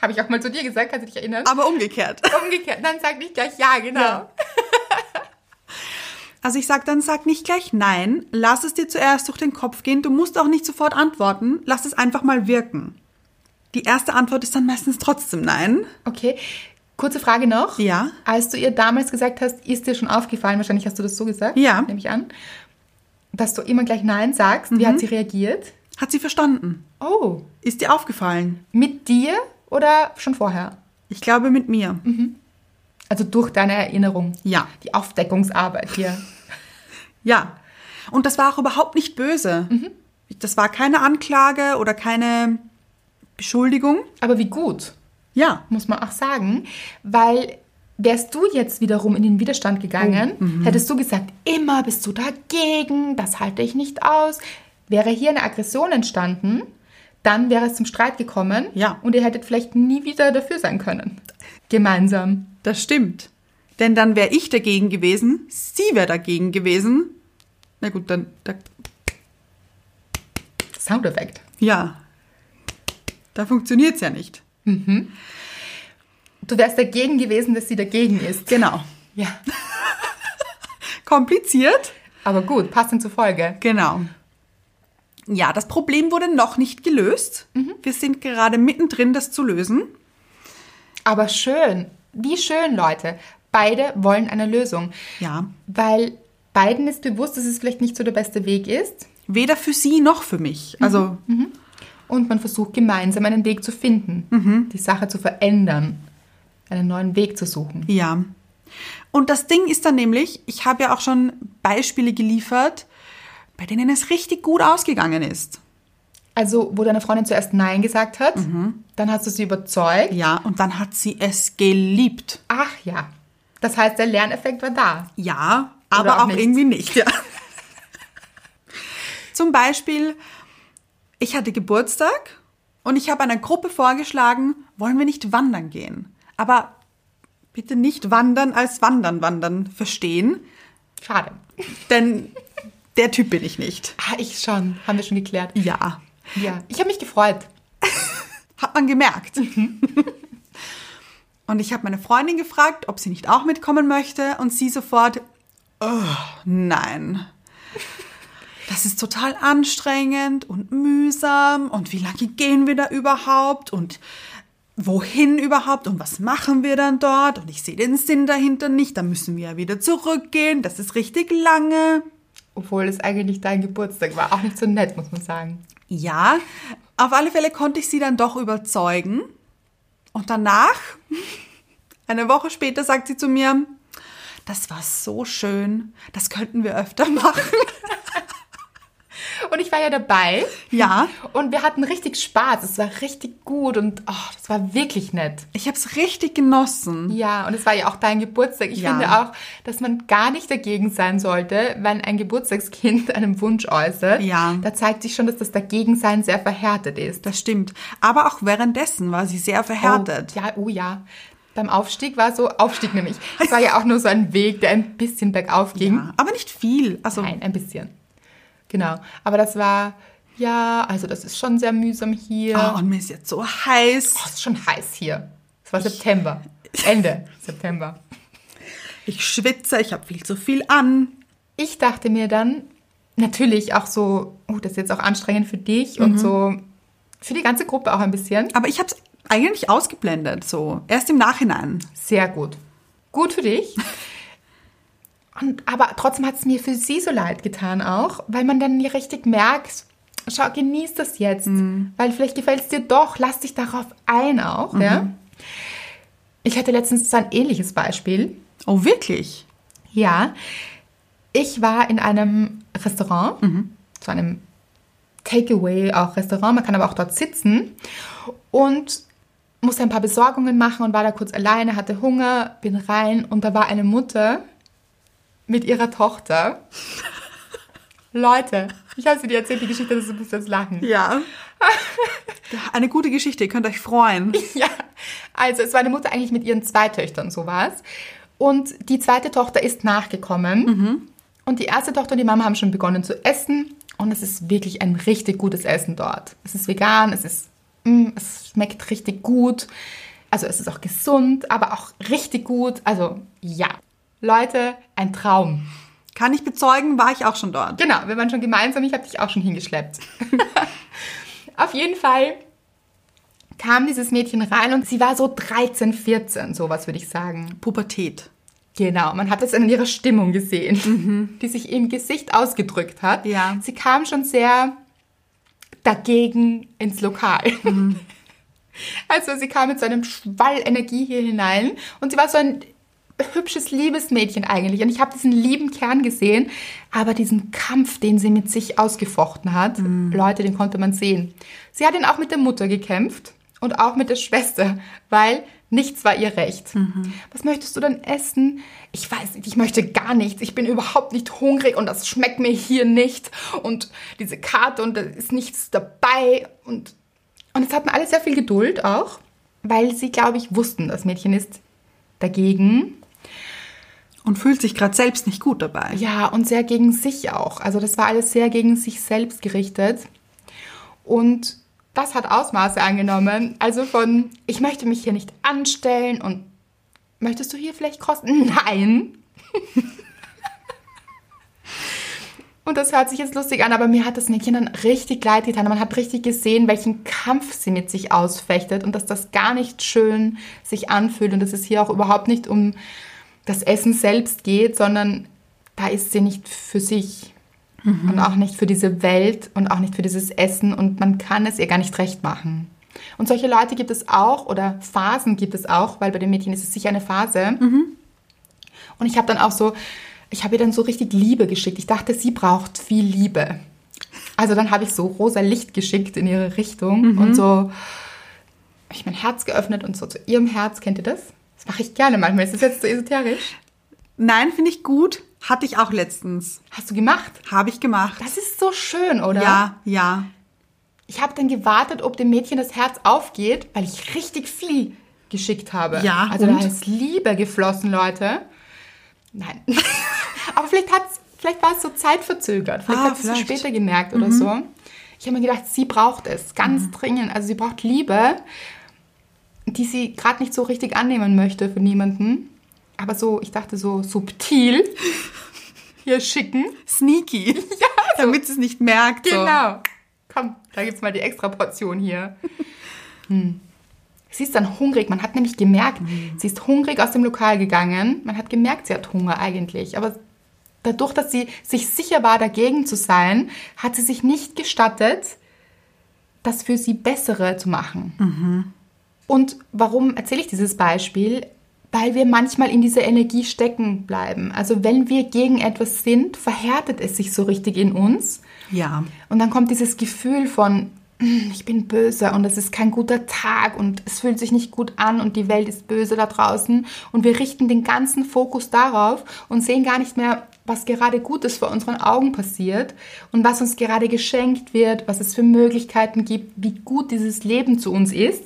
[SPEAKER 2] Habe ich auch mal zu dir gesagt, kannst du dich erinnern?
[SPEAKER 1] aber umgekehrt. [LAUGHS]
[SPEAKER 2] Umgekehrt, dann sag nicht gleich ja, genau.
[SPEAKER 1] Ja. Also ich sage dann, sag nicht gleich nein, lass es dir zuerst durch den Kopf gehen, du musst auch nicht sofort antworten, lass es einfach mal wirken. Die erste Antwort ist dann meistens trotzdem nein.
[SPEAKER 2] Okay, kurze Frage noch.
[SPEAKER 1] Ja.
[SPEAKER 2] Als du ihr damals gesagt hast, ist dir schon aufgefallen, wahrscheinlich hast du das so gesagt,
[SPEAKER 1] Ja.
[SPEAKER 2] nehme ich an, dass du immer gleich Nein sagst. Wie hat sie reagiert?
[SPEAKER 1] Hat sie verstanden?
[SPEAKER 2] Oh,
[SPEAKER 1] Ist dir aufgefallen?
[SPEAKER 2] mit dir oder schon vorher?
[SPEAKER 1] Ich glaube mit mir.
[SPEAKER 2] Also durch deine Erinnerung.
[SPEAKER 1] Ja.
[SPEAKER 2] Die Aufdeckungsarbeit hier.
[SPEAKER 1] Ja. Und das war auch überhaupt nicht böse. Das war keine Anklage oder keine Beschuldigung.
[SPEAKER 2] Aber wie gut,
[SPEAKER 1] Ja.
[SPEAKER 2] muss man auch sagen, weil wärst du jetzt wiederum in den Widerstand gegangen, hättest du gesagt, immer bist du dagegen, das halte ich nicht aus, wäre hier eine Aggression entstanden, dann wäre es zum Streit gekommen
[SPEAKER 1] Ja.
[SPEAKER 2] und ihr hättet vielleicht nie wieder dafür sein können. Gemeinsam.
[SPEAKER 1] Das stimmt. Denn dann wäre ich dagegen gewesen, sie wäre dagegen gewesen. Na gut, dann. Da,
[SPEAKER 2] Soundeffekt.
[SPEAKER 1] ja. Da funktioniert es ja nicht.
[SPEAKER 2] Du wärst dagegen gewesen, dass sie dagegen ist.
[SPEAKER 1] Genau.
[SPEAKER 2] Ja.
[SPEAKER 1] Kompliziert?
[SPEAKER 2] Aber gut, passend zur Folge.
[SPEAKER 1] Genau. Ja, das Problem wurde noch nicht gelöst. Wir sind gerade mittendrin, das zu lösen.
[SPEAKER 2] Aber schön. Wie schön, Leute. Beide wollen eine Lösung.
[SPEAKER 1] Ja.
[SPEAKER 2] Weil beiden ist bewusst, dass es vielleicht nicht so der beste Weg ist.
[SPEAKER 1] Weder für sie noch für mich. Also,
[SPEAKER 2] Und man versucht gemeinsam einen Weg zu finden, die Sache zu verändern, einen neuen Weg zu suchen.
[SPEAKER 1] Ja. Und das Ding ist dann nämlich, ich habe ja auch schon Beispiele geliefert, bei denen es richtig gut ausgegangen ist.
[SPEAKER 2] Also, wo deine Freundin zuerst Nein gesagt hat, dann hast du sie überzeugt.
[SPEAKER 1] Ja, und dann hat sie es geliebt.
[SPEAKER 2] Ach ja, das heißt, der Lerneffekt war da.
[SPEAKER 1] Ja,
[SPEAKER 2] Oder
[SPEAKER 1] aber
[SPEAKER 2] auch
[SPEAKER 1] auch,
[SPEAKER 2] nicht.
[SPEAKER 1] irgendwie nicht.
[SPEAKER 2] [LAUGHS]
[SPEAKER 1] Ja. Zum Beispiel, ich hatte Geburtstag und ich habe einer Gruppe vorgeschlagen, wollen wir nicht wandern gehen? Aber bitte nicht wandern als wandern, wandern verstehen,
[SPEAKER 2] Schade.
[SPEAKER 1] denn der Typ bin ich nicht.
[SPEAKER 2] Ah, ich schon, haben wir schon geklärt.
[SPEAKER 1] Ja,
[SPEAKER 2] Ja, ich habe mich gefreut.
[SPEAKER 1] Hat man gemerkt. und ich habe meine Freundin gefragt, ob sie nicht auch mitkommen möchte. Und sie sofort, oh, nein. Das ist total anstrengend und mühsam. Und wie lange gehen wir da überhaupt? Und wohin überhaupt? Und was machen wir dann dort? Und ich sehe den Sinn dahinter nicht. Da müssen wir ja wieder zurückgehen. Das ist richtig lange.
[SPEAKER 2] Obwohl es eigentlich dein Geburtstag war. Auch nicht so nett, muss man sagen.
[SPEAKER 1] Ja, auf alle Fälle konnte ich sie dann doch überzeugen. Und danach, [LAUGHS] eine Woche später, sagt sie zu mir, das war so schön, das könnten wir öfter [LAUGHS] machen.
[SPEAKER 2] Und ich war ja dabei.
[SPEAKER 1] Ja,
[SPEAKER 2] Und wir hatten richtig Spaß. Es war richtig gut und oh, das war wirklich nett.
[SPEAKER 1] ich habe es richtig genossen.
[SPEAKER 2] Ja, und es war ja auch dein Geburtstag. Ich
[SPEAKER 1] Ja.
[SPEAKER 2] finde auch, dass man gar nicht dagegen sein sollte, wenn ein Geburtstagskind [LAUGHS] einen Wunsch äußert.
[SPEAKER 1] Ja.
[SPEAKER 2] Da zeigt sich schon, dass das Dagegensein sehr verhärtet ist.
[SPEAKER 1] Das stimmt. Aber auch währenddessen war sie sehr verhärtet.
[SPEAKER 2] Oh, ja, oh ja. Beim Aufstieg war so, Aufstieg nämlich. Es war ja auch nur so ein Weg, der ein bisschen bergauf ging.
[SPEAKER 1] Ja, aber nicht viel. Also,
[SPEAKER 2] Oh. Nein, ein bisschen. Genau. Aber das war, ja, also das ist schon sehr mühsam hier.
[SPEAKER 1] oh, und mir ist jetzt so heiß.
[SPEAKER 2] Oh, es ist schon heiß hier. Es war September. Ende September.
[SPEAKER 1] Ich schwitze, ich habe viel zu viel an.
[SPEAKER 2] ich dachte mir dann natürlich auch so, oh, das ist jetzt auch anstrengend für dich und so für die ganze Gruppe auch ein bisschen.
[SPEAKER 1] Aber ich habe es eigentlich ausgeblendet, so. Erst im Nachhinein.
[SPEAKER 2] Sehr gut. Gut für dich. Und, aber trotzdem hat es mir für sie so leid getan auch, weil man dann nie richtig merkt, schau, genieß das jetzt, weil vielleicht gefällt es dir doch, lass dich darauf ein auch. Ja? Ich hatte letztens so ein ähnliches Beispiel.
[SPEAKER 1] Oh, wirklich?
[SPEAKER 2] Ja, ich war in einem Restaurant, zu einem Takeaway auch Restaurant. Man kann aber auch dort sitzen und musste ein paar Besorgungen machen und war da kurz alleine, hatte Hunger, bin rein und da war eine Mutter mit ihrer Tochter. Leute, ich habe sie dir erzählt, die Geschichte, das ist das Lachen.
[SPEAKER 1] Ja. [LAUGHS] Eine gute Geschichte, ihr könnt euch freuen.
[SPEAKER 2] [LAUGHS] Ja, also es war eine Mutter eigentlich mit ihren zwei Töchtern, so war's. Und die zweite Tochter ist nachgekommen. Und die erste Tochter und die Mama haben schon begonnen zu essen. Und es ist wirklich ein richtig gutes Essen dort. Es ist vegan, es ist, mm, es schmeckt richtig gut. Also es ist auch gesund, aber auch richtig gut. Also ja, Leute, ein Traum.
[SPEAKER 1] Kann ich bezeugen, war ich auch schon dort.
[SPEAKER 2] Genau, wir waren schon gemeinsam, ich habe dich auch schon hingeschleppt. Auf jeden Fall kam dieses Mädchen rein und sie war so 13, 14, sowas würde ich sagen.
[SPEAKER 1] Pubertät.
[SPEAKER 2] Genau, man hat es an ihrer Stimmung gesehen, [LAUGHS] die sich im Gesicht ausgedrückt hat.
[SPEAKER 1] Ja.
[SPEAKER 2] Sie kam schon sehr dagegen ins Lokal. Also sie kam mit so einem Schwall Energie hier hinein und sie war so ein hübsches Liebesmädchen eigentlich. Und ich habe diesen lieben Kern gesehen, aber diesen Kampf, den sie mit sich ausgefochten hat, Leute, den konnte man sehen. Sie hat ihn auch mit der Mutter gekämpft und auch mit der Schwester, weil nichts war ihr recht. Was möchtest du denn essen? Ich weiß nicht, ich möchte gar nichts. Ich bin überhaupt nicht hungrig und das schmeckt mir hier nicht. Und diese Karte und da ist nichts dabei. Und, und es hatten alle sehr viel Geduld auch, weil sie, glaube ich, wussten, das Mädchen ist dagegen.
[SPEAKER 1] Und fühlt sich gerade selbst nicht gut dabei.
[SPEAKER 2] Ja, und sehr gegen sich auch. Also das war alles sehr gegen sich selbst gerichtet. Und das hat Ausmaße angenommen. Also von, ich möchte mich hier nicht anstellen und möchtest du hier vielleicht kosten? [LAUGHS] Nein. und das hört sich jetzt lustig an, aber mir hat das Mädchen dann richtig leid getan. Man hat richtig gesehen, welchen Kampf sie mit sich ausfechtet und dass das gar nicht schön sich anfühlt und dass es hier auch überhaupt nicht um das Essen selbst geht, sondern da ist sie nicht für sich und auch nicht für diese Welt und auch nicht für dieses Essen und man kann es ihr gar nicht recht machen. Und solche Leute gibt es auch oder Phasen gibt es auch, weil bei den Mädchen ist es sicher eine Phase. Und ich habe dann auch so, ich habe ihr dann so richtig Liebe geschickt. Ich dachte, sie braucht viel Liebe. Also dann habe ich so rosa Licht geschickt in ihre Richtung und so hab ich mein Herz geöffnet und so zu ihrem Herz. Kennt ihr das? Das mache ich gerne manchmal. Ist das jetzt so esoterisch?
[SPEAKER 1] Nein, finde ich gut. Hatte ich auch letztens.
[SPEAKER 2] Hast du gemacht?
[SPEAKER 1] Habe ich gemacht.
[SPEAKER 2] Das ist so schön, oder?
[SPEAKER 1] Ja, ja.
[SPEAKER 2] Ich habe dann gewartet, ob dem Mädchen das Herz aufgeht, weil ich richtig viel geschickt habe.
[SPEAKER 1] Ja,
[SPEAKER 2] Also
[SPEAKER 1] und?
[SPEAKER 2] da ist Liebe geflossen, Leute.
[SPEAKER 1] [LAUGHS]
[SPEAKER 2] Nein. Aber vielleicht, hat's, vielleicht war es so zeitverzögert. Vielleicht
[SPEAKER 1] Ah,
[SPEAKER 2] hat sie es
[SPEAKER 1] vielleicht. Mhm.
[SPEAKER 2] später gemerkt oder so. Ich habe mir gedacht, sie braucht es ganz dringend. Also sie braucht Liebe, die sie gerade nicht so richtig annehmen möchte von niemandem. Aber so, ich dachte
[SPEAKER 1] [LAUGHS]
[SPEAKER 2] so subtil hier schicken.
[SPEAKER 1] Sneaky. Damit sie es nicht merkt.
[SPEAKER 2] Genau. Komm, da gibt's mal die extra Portion [LAUGHS] hier. Hm. Sie ist dann hungrig. Man hat nämlich gemerkt, sie ist hungrig aus dem Lokal gegangen. Man hat gemerkt, sie hat Hunger eigentlich. Aber dadurch, dass sie sich sicher war, dagegen zu sein, hat sie sich nicht gestattet, das für sie Bessere zu machen. Mhm. Und warum erzähle ich dieses Beispiel? Weil wir manchmal in dieser Energie stecken bleiben. Also wenn wir gegen etwas sind, verhärtet es sich so richtig in uns.
[SPEAKER 1] So. Ja.
[SPEAKER 2] Und dann kommt dieses Gefühl von, "Mm, ich bin böse und es ist kein guter Tag und es fühlt sich nicht gut an und die Welt ist böse da draußen. Und wir richten den ganzen Fokus darauf und sehen gar nicht mehr, was gerade Gutes vor unseren Augen passiert und was uns gerade geschenkt wird, was es für Möglichkeiten gibt, wie gut dieses Leben zu uns ist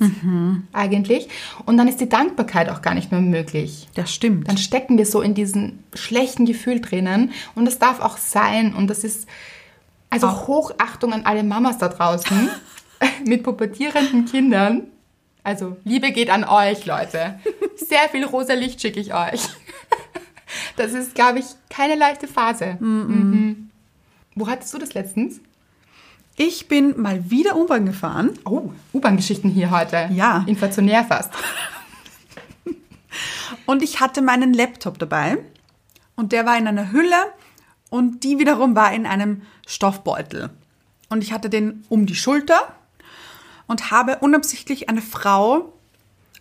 [SPEAKER 2] eigentlich. Und dann ist die Dankbarkeit auch gar nicht mehr möglich
[SPEAKER 1] Das stimmt.
[SPEAKER 2] dann stecken wir so in diesem schlechten Gefühl drinnen und das darf auch sein und das ist also Hochachtung an alle Mamas
[SPEAKER 1] [LAUGHS]
[SPEAKER 2] da draußen mit pubertierenden Kindern. Also Liebe geht an euch, Leute. Sehr viel rosa Licht schicke ich euch. Das ist, glaube ich, keine leichte Phase. Mhm. Wo hattest du das letztens?
[SPEAKER 1] ich bin mal wieder U-Bahn gefahren.
[SPEAKER 2] Oh, U-Bahn-Geschichten hier heute.
[SPEAKER 1] Ja.
[SPEAKER 2] Inflationär fast.
[SPEAKER 1] Und ich hatte meinen Laptop dabei und der war in einer Hülle und die wiederum war in einem Stoffbeutel. Und ich hatte den um die Schulter und habe unabsichtlich eine Frau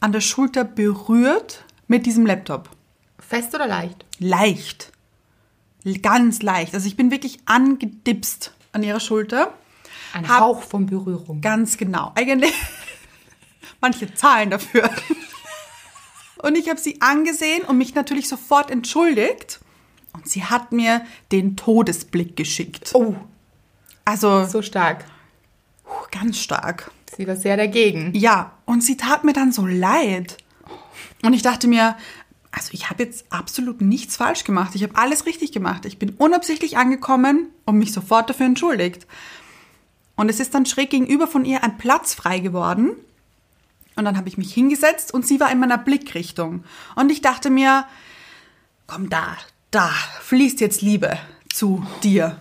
[SPEAKER 1] an der Schulter berührt mit diesem Laptop.
[SPEAKER 2] Fest oder leicht?
[SPEAKER 1] Leicht. Ganz leicht. Also ich bin wirklich angedipst an ihrer Schulter.
[SPEAKER 2] Ein
[SPEAKER 1] Hab-
[SPEAKER 2] Hauch von Berührung.
[SPEAKER 1] Ganz genau. Eigentlich [LAUGHS] manche zahlen dafür. Und ich habe sie angesehen und mich natürlich sofort entschuldigt. Und sie hat mir den Todesblick geschickt.
[SPEAKER 2] Oh,
[SPEAKER 1] Also
[SPEAKER 2] so stark.
[SPEAKER 1] puh, ganz stark.
[SPEAKER 2] Sie war sehr dagegen.
[SPEAKER 1] Ja, und sie tat mir dann so leid. Und ich dachte mir, also ich habe jetzt absolut nichts falsch gemacht. Ich habe alles richtig gemacht. Ich bin unabsichtlich angekommen und mich sofort dafür entschuldigt. Und es ist dann schräg gegenüber von ihr ein Platz frei geworden. Und dann habe ich mich hingesetzt und sie war in meiner Blickrichtung. Und ich dachte mir, komm da, da fließt jetzt Liebe zu dir.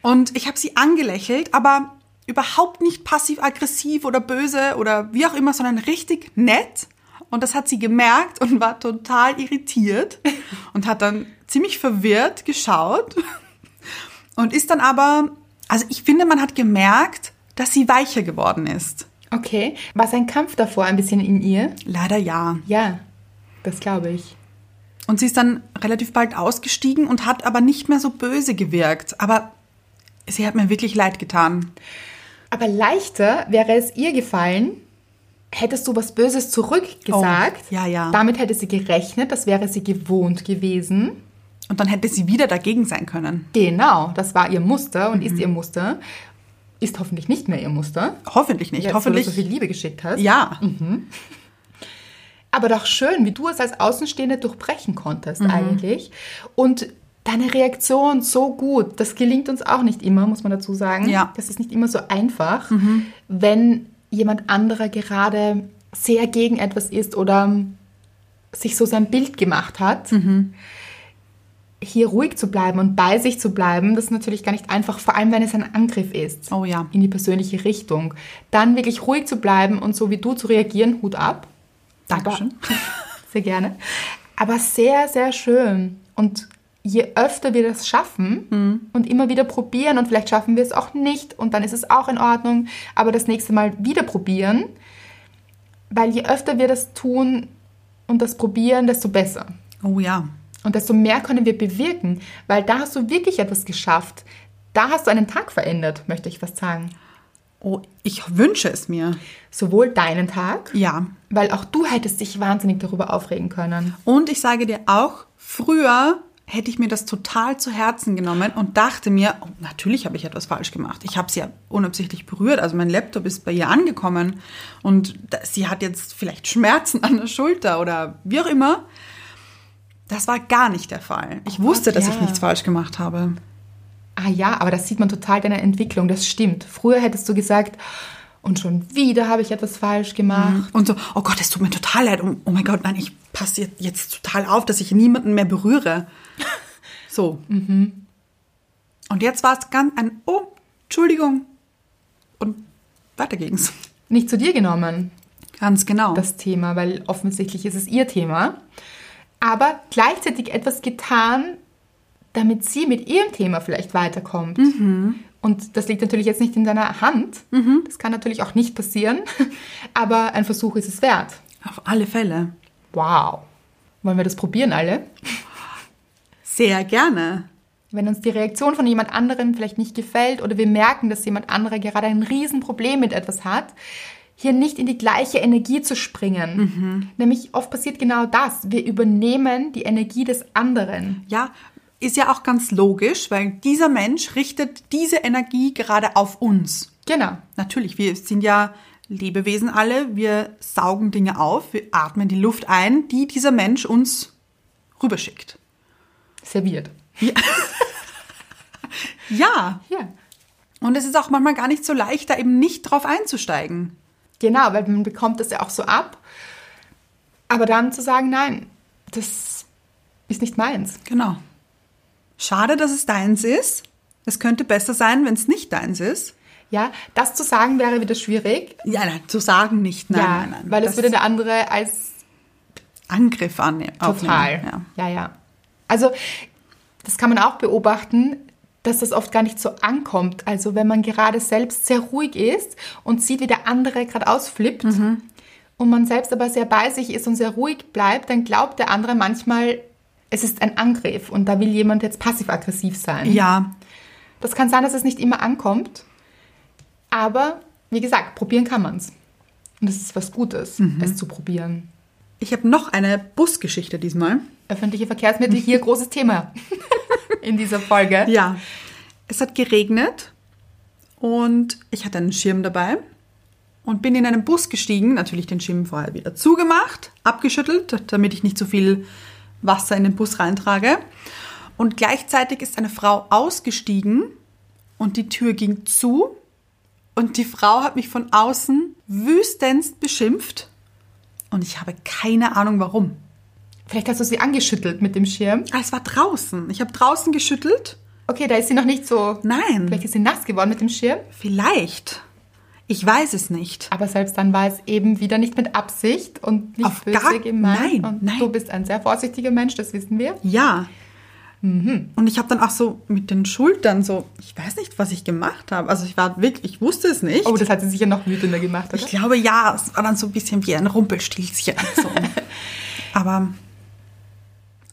[SPEAKER 1] Und ich habe sie angelächelt, aber überhaupt nicht passiv-aggressiv oder böse oder wie auch immer, sondern richtig nett. Und das hat sie gemerkt und war total irritiert und hat dann ziemlich verwirrt geschaut und ist dann aber, also ich finde, man hat gemerkt, dass sie weicher geworden ist.
[SPEAKER 2] Okay. War sein Kampf davor ein bisschen in ihr?
[SPEAKER 1] Leider ja.
[SPEAKER 2] Ja, das glaube ich.
[SPEAKER 1] Und sie ist dann relativ bald ausgestiegen und hat aber nicht mehr so böse gewirkt. Aber sie hat mir wirklich leid getan.
[SPEAKER 2] Aber leichter wäre es ihr gefallen, hättest du was Böses zurückgesagt.
[SPEAKER 1] Oh, ja, ja.
[SPEAKER 2] Damit hätte sie gerechnet, das wäre sie gewohnt gewesen.
[SPEAKER 1] Und dann hätte sie wieder dagegen sein können.
[SPEAKER 2] Genau, das war ihr Muster und ist ihr Muster. Ist hoffentlich nicht mehr ihr Muster.
[SPEAKER 1] Hoffentlich Mhm. nicht.
[SPEAKER 2] Jetzt, wo
[SPEAKER 1] Hoffentlich.
[SPEAKER 2] du so viel Liebe geschickt hast.
[SPEAKER 1] Ja, Mhm.
[SPEAKER 2] Aber doch schön, wie du es als Außenstehende durchbrechen konntest
[SPEAKER 1] Mhm.
[SPEAKER 2] eigentlich. Und deine Reaktion so gut, das gelingt uns auch nicht immer, muss man dazu sagen.
[SPEAKER 1] Ja. Mhm.
[SPEAKER 2] Das ist nicht immer so einfach, wenn jemand anderer gerade sehr gegen etwas ist oder sich so sein Bild gemacht hat.
[SPEAKER 1] Mhm.
[SPEAKER 2] Hier ruhig zu bleiben und bei sich zu bleiben, das ist natürlich gar nicht einfach, vor allem wenn es ein Angriff ist.
[SPEAKER 1] Oh ja.
[SPEAKER 2] In die persönliche Richtung. Dann wirklich ruhig zu bleiben und so wie du zu reagieren, Hut ab.
[SPEAKER 1] Dankeschön.
[SPEAKER 2] Aber, [LAUGHS] sehr gerne. Aber sehr, sehr schön. Und je öfter wir das schaffen
[SPEAKER 1] Mhm.
[SPEAKER 2] und immer wieder probieren und vielleicht schaffen wir es auch nicht und dann ist es auch in Ordnung, aber das nächste Mal wieder probieren, weil je öfter wir das tun und das probieren, desto besser.
[SPEAKER 1] oh ja.
[SPEAKER 2] Und desto mehr können wir bewirken, weil da hast du wirklich etwas geschafft. Da hast du einen Tag verändert, möchte ich fast sagen.
[SPEAKER 1] Oh, ich wünsche es mir.
[SPEAKER 2] Sowohl deinen Tag,
[SPEAKER 1] Ja.
[SPEAKER 2] weil auch du hättest dich wahnsinnig darüber aufregen können.
[SPEAKER 1] Und ich sage dir auch, früher hätte ich mir das total zu Herzen genommen und dachte mir, oh, natürlich habe ich etwas falsch gemacht. Ich habe sie ja unabsichtlich berührt. Also mein Laptop ist bei ihr angekommen und da- sie hat jetzt vielleicht Schmerzen [LAUGHS] an der Schulter oder wie auch immer. Das war gar nicht der Fall. Ich wusste, dass ich
[SPEAKER 2] Oh ja.
[SPEAKER 1] nichts falsch gemacht habe.
[SPEAKER 2] Ah ja, aber das sieht man total deine Entwicklung, das stimmt. Früher hättest du gesagt, und schon wieder habe ich etwas falsch gemacht.
[SPEAKER 1] Und so, oh Gott, es tut mir total leid. Oh, oh mein Gott, nein, ich passe jetzt- jetzt total auf, dass ich niemanden mehr
[SPEAKER 2] [LAUGHS]
[SPEAKER 1] berühre. So.
[SPEAKER 2] Mhm.
[SPEAKER 1] Und jetzt war es ganz ein, oh, Entschuldigung. Und weiter ging's.
[SPEAKER 2] Nicht zu dir genommen,
[SPEAKER 1] Ganz genau.
[SPEAKER 2] das Thema, weil offensichtlich ist es ihr Thema. Aber gleichzeitig etwas getan, damit sie mit ihrem Thema vielleicht weiterkommt. Und das liegt natürlich jetzt nicht in deiner Hand. Das kann natürlich auch nicht passieren. [LAUGHS] Aber ein Versuch ist es wert.
[SPEAKER 1] Auf alle Fälle.
[SPEAKER 2] Wow. Wollen wir das probieren alle?
[SPEAKER 1] Sehr gerne.
[SPEAKER 2] Wenn uns die Reaktion von jemand anderem vielleicht nicht gefällt oder wir merken, dass jemand anderer gerade ein Riesenproblem mit etwas hat, hier nicht in die gleiche Energie zu springen.
[SPEAKER 1] Mhm.
[SPEAKER 2] Nämlich oft passiert genau das. Wir übernehmen die Energie des anderen.
[SPEAKER 1] Ja, ist ja auch ganz logisch, weil dieser Mensch richtet diese Energie gerade auf uns.
[SPEAKER 2] Genau.
[SPEAKER 1] Natürlich, wir sind ja Lebewesen alle, wir saugen Dinge auf, wir atmen die Luft ein, die dieser Mensch uns rüberschickt.
[SPEAKER 2] Serviert.
[SPEAKER 1] Ja,
[SPEAKER 2] Ja.
[SPEAKER 1] und es ist auch manchmal gar nicht so leicht, da eben nicht drauf einzusteigen.
[SPEAKER 2] Genau, weil man bekommt das ja auch so ab. Aber dann zu sagen, nein, das ist nicht meins.
[SPEAKER 1] Genau. Schade, dass es deins ist. Es könnte besser sein, wenn es nicht deins ist.
[SPEAKER 2] Ja, das zu sagen wäre wieder schwierig.
[SPEAKER 1] Ja, nein, zu sagen nicht. Nein,
[SPEAKER 2] ja,
[SPEAKER 1] nein, nein.
[SPEAKER 2] weil es
[SPEAKER 1] Das
[SPEAKER 2] würde der andere als
[SPEAKER 1] Angriff annehmen.
[SPEAKER 2] Total.
[SPEAKER 1] aufnehmen, Ja.
[SPEAKER 2] ja, ja. Also, das kann man auch beobachten, dass das oft gar nicht so ankommt. Also, wenn man gerade selbst sehr ruhig ist und sieht, wie der andere gerade ausflippt
[SPEAKER 1] Mhm.
[SPEAKER 2] und man selbst aber sehr bei sich ist und sehr ruhig bleibt, dann glaubt der andere manchmal, es ist ein Angriff und da will jemand jetzt passiv-aggressiv sein.
[SPEAKER 1] Ja,
[SPEAKER 2] Das kann sein, dass es nicht immer ankommt, aber wie gesagt, probieren kann man es. Und es ist was Gutes,
[SPEAKER 1] Mhm.
[SPEAKER 2] es zu probieren.
[SPEAKER 1] ich habe noch eine Busgeschichte diesmal.
[SPEAKER 2] Öffentliche Verkehrsmittel,
[SPEAKER 1] [LAUGHS]
[SPEAKER 2] hier großes Thema in dieser Folge.
[SPEAKER 1] Ja. Es hat geregnet und ich hatte einen Schirm dabei und bin in einen Bus gestiegen, natürlich den Schirm vorher wieder zugemacht, abgeschüttelt, damit ich nicht so viel Wasser in den Bus reintrage. Und gleichzeitig ist eine Frau ausgestiegen und die Tür ging zu und die Frau hat mich von außen wüstenst beschimpft und ich habe keine Ahnung warum.
[SPEAKER 2] Vielleicht hast du sie angeschüttelt mit dem Schirm.
[SPEAKER 1] Ah, Es war draußen. Ich habe draußen geschüttelt.
[SPEAKER 2] Okay, da ist sie noch nicht so.
[SPEAKER 1] Nein.
[SPEAKER 2] Vielleicht ist sie nass geworden mit dem Schirm.
[SPEAKER 1] Vielleicht. Ich weiß es nicht.
[SPEAKER 2] Aber selbst dann war es eben wieder nicht mit Absicht und nicht
[SPEAKER 1] Auf
[SPEAKER 2] böse
[SPEAKER 1] gar-
[SPEAKER 2] gemeint.
[SPEAKER 1] nein,
[SPEAKER 2] und
[SPEAKER 1] nein.
[SPEAKER 2] du bist ein sehr vorsichtiger Mensch, das wissen wir.
[SPEAKER 1] Ja. Und ich habe dann auch so mit den Schultern so, ich weiß nicht, was ich gemacht habe. Also ich war wirklich, ich wusste es nicht.
[SPEAKER 2] Oh, das hat sie sicher noch wütender gemacht, oder?
[SPEAKER 1] ich glaube ja, es war dann so ein bisschen wie ein Rumpelstilzchen. So. Aber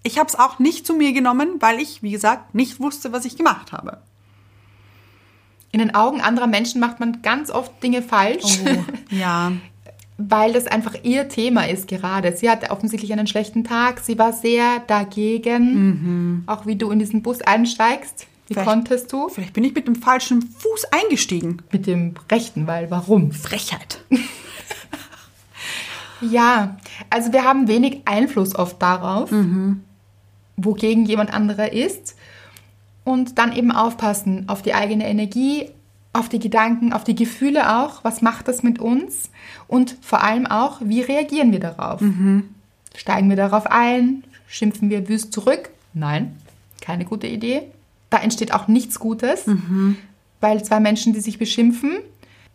[SPEAKER 1] ich habe es auch nicht zu mir genommen, weil ich, wie gesagt, nicht wusste, was ich gemacht habe.
[SPEAKER 2] In den Augen anderer Menschen macht man ganz oft
[SPEAKER 1] [LAUGHS]
[SPEAKER 2] Dinge falsch,
[SPEAKER 1] Oh. ja.
[SPEAKER 2] weil das einfach ihr Thema ist gerade. Sie hatte offensichtlich einen schlechten Tag, sie war sehr dagegen, auch wie du in diesen Bus einsteigst. Wie
[SPEAKER 1] Vielleicht-
[SPEAKER 2] konntest du?
[SPEAKER 1] Oh, Vielleicht bin ich mit dem falschen Fuß eingestiegen.
[SPEAKER 2] Mit dem rechten, weil warum?
[SPEAKER 1] Frechheit.
[SPEAKER 2] Ja, also wir haben wenig Einfluss oft darauf, wogegen jemand anderer ist. Und dann eben aufpassen auf die eigene Energie, auf die Gedanken, auf die Gefühle auch. Was macht das mit uns? Und vor allem auch, wie reagieren wir darauf? Steigen wir darauf ein? Schimpfen wir wüst zurück? Nein, keine gute Idee. Da entsteht auch nichts Gutes, weil zwei Menschen, die sich beschimpfen,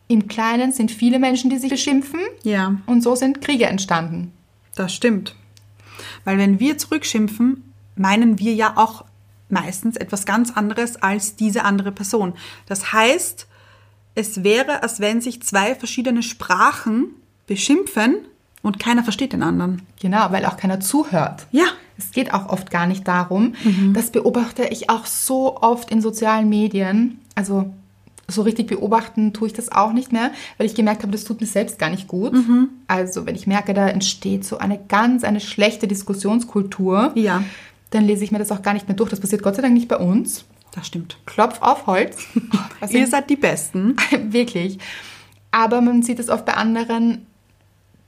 [SPEAKER 2] im Kleinen sind viele Menschen, die sich beschimpfen.
[SPEAKER 1] Ja.
[SPEAKER 2] Und so sind Kriege entstanden.
[SPEAKER 1] Das stimmt. Weil wenn wir zurückschimpfen, meinen wir ja auch meistens etwas ganz anderes als diese andere Person. Das heißt, es wäre, als wenn sich zwei verschiedene Sprachen beschimpfen und keiner versteht den anderen.
[SPEAKER 2] Genau, weil auch keiner zuhört.
[SPEAKER 1] Ja.
[SPEAKER 2] Es geht auch oft gar nicht darum.
[SPEAKER 1] Mhm.
[SPEAKER 2] Das beobachte ich auch so oft in sozialen Medien. Also so richtig beobachten tue ich das auch nicht mehr, weil ich gemerkt habe, das tut mir selbst gar nicht gut.
[SPEAKER 1] Mhm.
[SPEAKER 2] Also wenn ich merke, da entsteht so eine ganz, eine schlechte Diskussionskultur,
[SPEAKER 1] Ja.
[SPEAKER 2] dann lese ich mir das auch gar nicht mehr durch. Das passiert Gott sei Dank nicht bei uns.
[SPEAKER 1] Das stimmt.
[SPEAKER 2] Klopf
[SPEAKER 1] [LAUGHS]
[SPEAKER 2] auf Holz. Was
[SPEAKER 1] Ihr seid die Besten.
[SPEAKER 2] [LAUGHS] wirklich. Aber man sieht es oft bei anderen,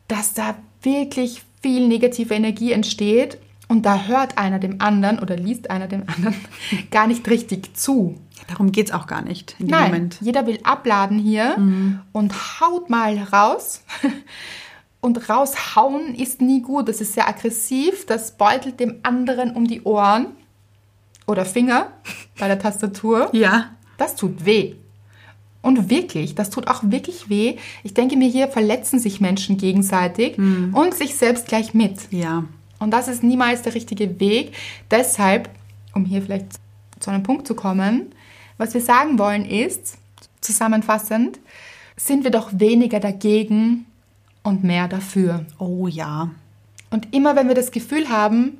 [SPEAKER 2] dass da wirklich viel negative Energie entsteht und da hört einer dem anderen oder liest einer dem anderen [LAUGHS] gar nicht richtig zu.
[SPEAKER 1] Darum geht es auch gar nicht in dem
[SPEAKER 2] Nein,
[SPEAKER 1] Moment. Mhm.
[SPEAKER 2] jeder will abladen hier und haut mal raus. [LAUGHS] Und raushauen ist nie gut. Das ist sehr aggressiv. Das beutelt dem anderen um die Ohren oder Finger bei der Tastatur.
[SPEAKER 1] Ja.
[SPEAKER 2] Das tut weh. Und wirklich, das tut auch wirklich weh. Ich denke mir, hier verletzen sich Menschen gegenseitig und sich selbst gleich mit.
[SPEAKER 1] Ja.
[SPEAKER 2] Und das ist niemals der richtige Weg. Deshalb, um hier vielleicht zu einem Punkt zu kommen, was wir sagen wollen ist, zusammenfassend, sind wir doch weniger dagegen und mehr dafür.
[SPEAKER 1] Oh ja.
[SPEAKER 2] Und immer wenn wir das Gefühl haben,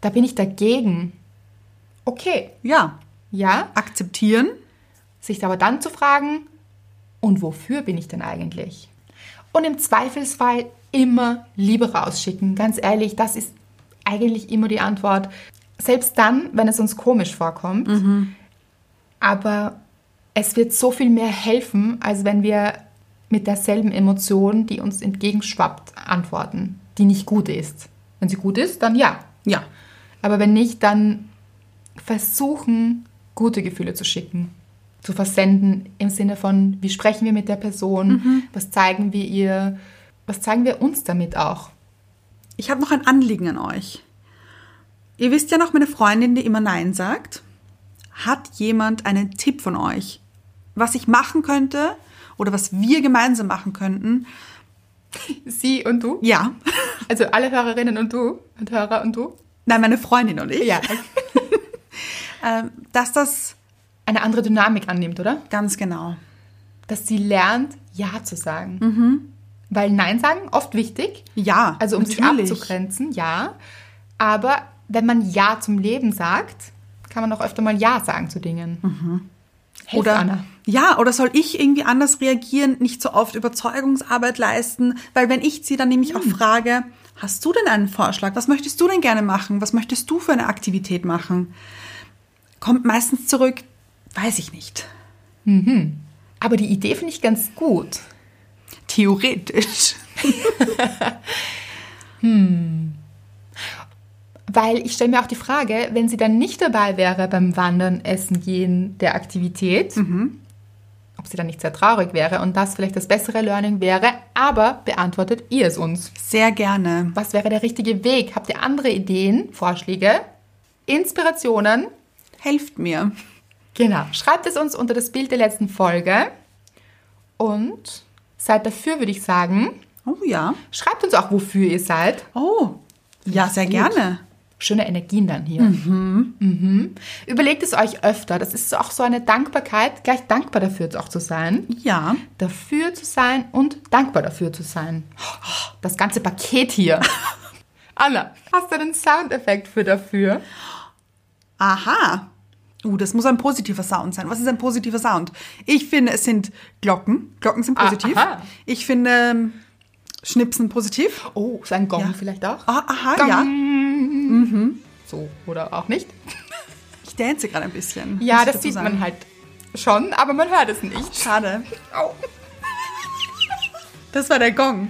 [SPEAKER 2] da bin ich dagegen. Okay,
[SPEAKER 1] Ja.
[SPEAKER 2] ja,
[SPEAKER 1] Akzeptieren.
[SPEAKER 2] sich aber dann zu fragen, und wofür bin ich denn eigentlich? Und im Zweifelsfall immer Liebe rausschicken. Ganz ehrlich, das ist eigentlich immer die Antwort. Selbst dann, wenn es uns komisch vorkommt. Aber es wird so viel mehr helfen, als wenn wir mit derselben Emotion, die uns entgegenschwappt, antworten, die nicht gut ist. Wenn sie gut ist, dann ja.
[SPEAKER 1] Ja.
[SPEAKER 2] Aber wenn nicht, dann versuchen, gute Gefühle zu schicken, zu versenden im Sinne von, wie sprechen wir mit der Person, was zeigen wir ihr, was zeigen wir uns damit auch.
[SPEAKER 1] Ich habe noch ein Anliegen an euch. Ihr wisst ja noch, meine Freundin, die immer Nein sagt. Hat jemand einen Tipp von euch, was ich machen könnte oder was wir gemeinsam machen könnten?
[SPEAKER 2] Sie und du?
[SPEAKER 1] Ja. [LAUGHS]
[SPEAKER 2] Also alle Hörerinnen und du und Hörer und du?
[SPEAKER 1] Nein, meine Freundin und ich.
[SPEAKER 2] Ja.
[SPEAKER 1] Ähm, dass das
[SPEAKER 2] Eine andere Dynamik annimmt, oder?
[SPEAKER 1] ganz genau.
[SPEAKER 2] Dass sie lernt, Ja zu sagen. Weil Nein sagen oft wichtig,
[SPEAKER 1] Ja.
[SPEAKER 2] also um sich
[SPEAKER 1] natürlich.
[SPEAKER 2] abzugrenzen, ja. Aber wenn man Ja zum Leben sagt, kann man auch öfter mal Ja sagen zu Dingen. Hilft,
[SPEAKER 1] Mhm. Oder,
[SPEAKER 2] Anna.
[SPEAKER 1] Ja, oder soll ich irgendwie anders reagieren, nicht so oft Überzeugungsarbeit leisten? Weil wenn ich sie dann nämlich auch frage, hast du denn einen Vorschlag? Was möchtest du denn gerne machen? Was möchtest du für eine Aktivität machen? Kommt meistens zurück, weiß ich nicht.
[SPEAKER 2] Aber die Idee finde ich ganz gut.
[SPEAKER 1] Theoretisch. [LAUGHS]
[SPEAKER 2] Weil ich stelle mir auch die Frage, wenn sie dann nicht dabei wäre beim Wandern, Essen, Gehen, der Aktivität,
[SPEAKER 1] Mhm.
[SPEAKER 2] ob sie dann nicht sehr traurig wäre und das vielleicht das bessere Learning wäre, aber beantwortet ihr es uns.
[SPEAKER 1] Sehr gerne.
[SPEAKER 2] Was wäre der richtige Weg? Habt ihr andere Ideen, Vorschläge, Inspirationen?
[SPEAKER 1] Helft mir.
[SPEAKER 2] Genau. Schreibt es uns unter das Bild der letzten Folge und seid dafür, würde ich sagen.
[SPEAKER 1] Oh ja.
[SPEAKER 2] Schreibt uns auch, wofür ihr seid.
[SPEAKER 1] Oh. Ja, sehr gerne.
[SPEAKER 2] Schöne Energien dann hier. Mhm. Überlegt es euch öfter. Das ist auch so eine Dankbarkeit, gleich dankbar dafür auch zu sein.
[SPEAKER 1] Ja.
[SPEAKER 2] Dafür zu sein und dankbar dafür zu sein. Das ganze Paket [LAUGHS] hier. Anna, hast du einen Soundeffekt für dafür?
[SPEAKER 1] Aha. Uh, das muss ein positiver Sound sein. Was ist ein positiver Sound? Ich finde, es sind Glocken. Glocken sind
[SPEAKER 2] Ah,
[SPEAKER 1] positiv.
[SPEAKER 2] aha.
[SPEAKER 1] Ich finde ähm, Schnipsen positiv.
[SPEAKER 2] Oh, so ein Gong
[SPEAKER 1] Ja.
[SPEAKER 2] vielleicht auch.
[SPEAKER 1] Ah, aha,
[SPEAKER 2] Gong.
[SPEAKER 1] ja.
[SPEAKER 2] So, oder auch nicht.
[SPEAKER 1] Ich dance gerade ein bisschen. muss
[SPEAKER 2] Ja,
[SPEAKER 1] ich
[SPEAKER 2] das
[SPEAKER 1] dazu
[SPEAKER 2] sieht
[SPEAKER 1] sagen.
[SPEAKER 2] man halt schon, aber man hört es nicht.
[SPEAKER 1] Schade.
[SPEAKER 2] Au.
[SPEAKER 1] Das war der Gong.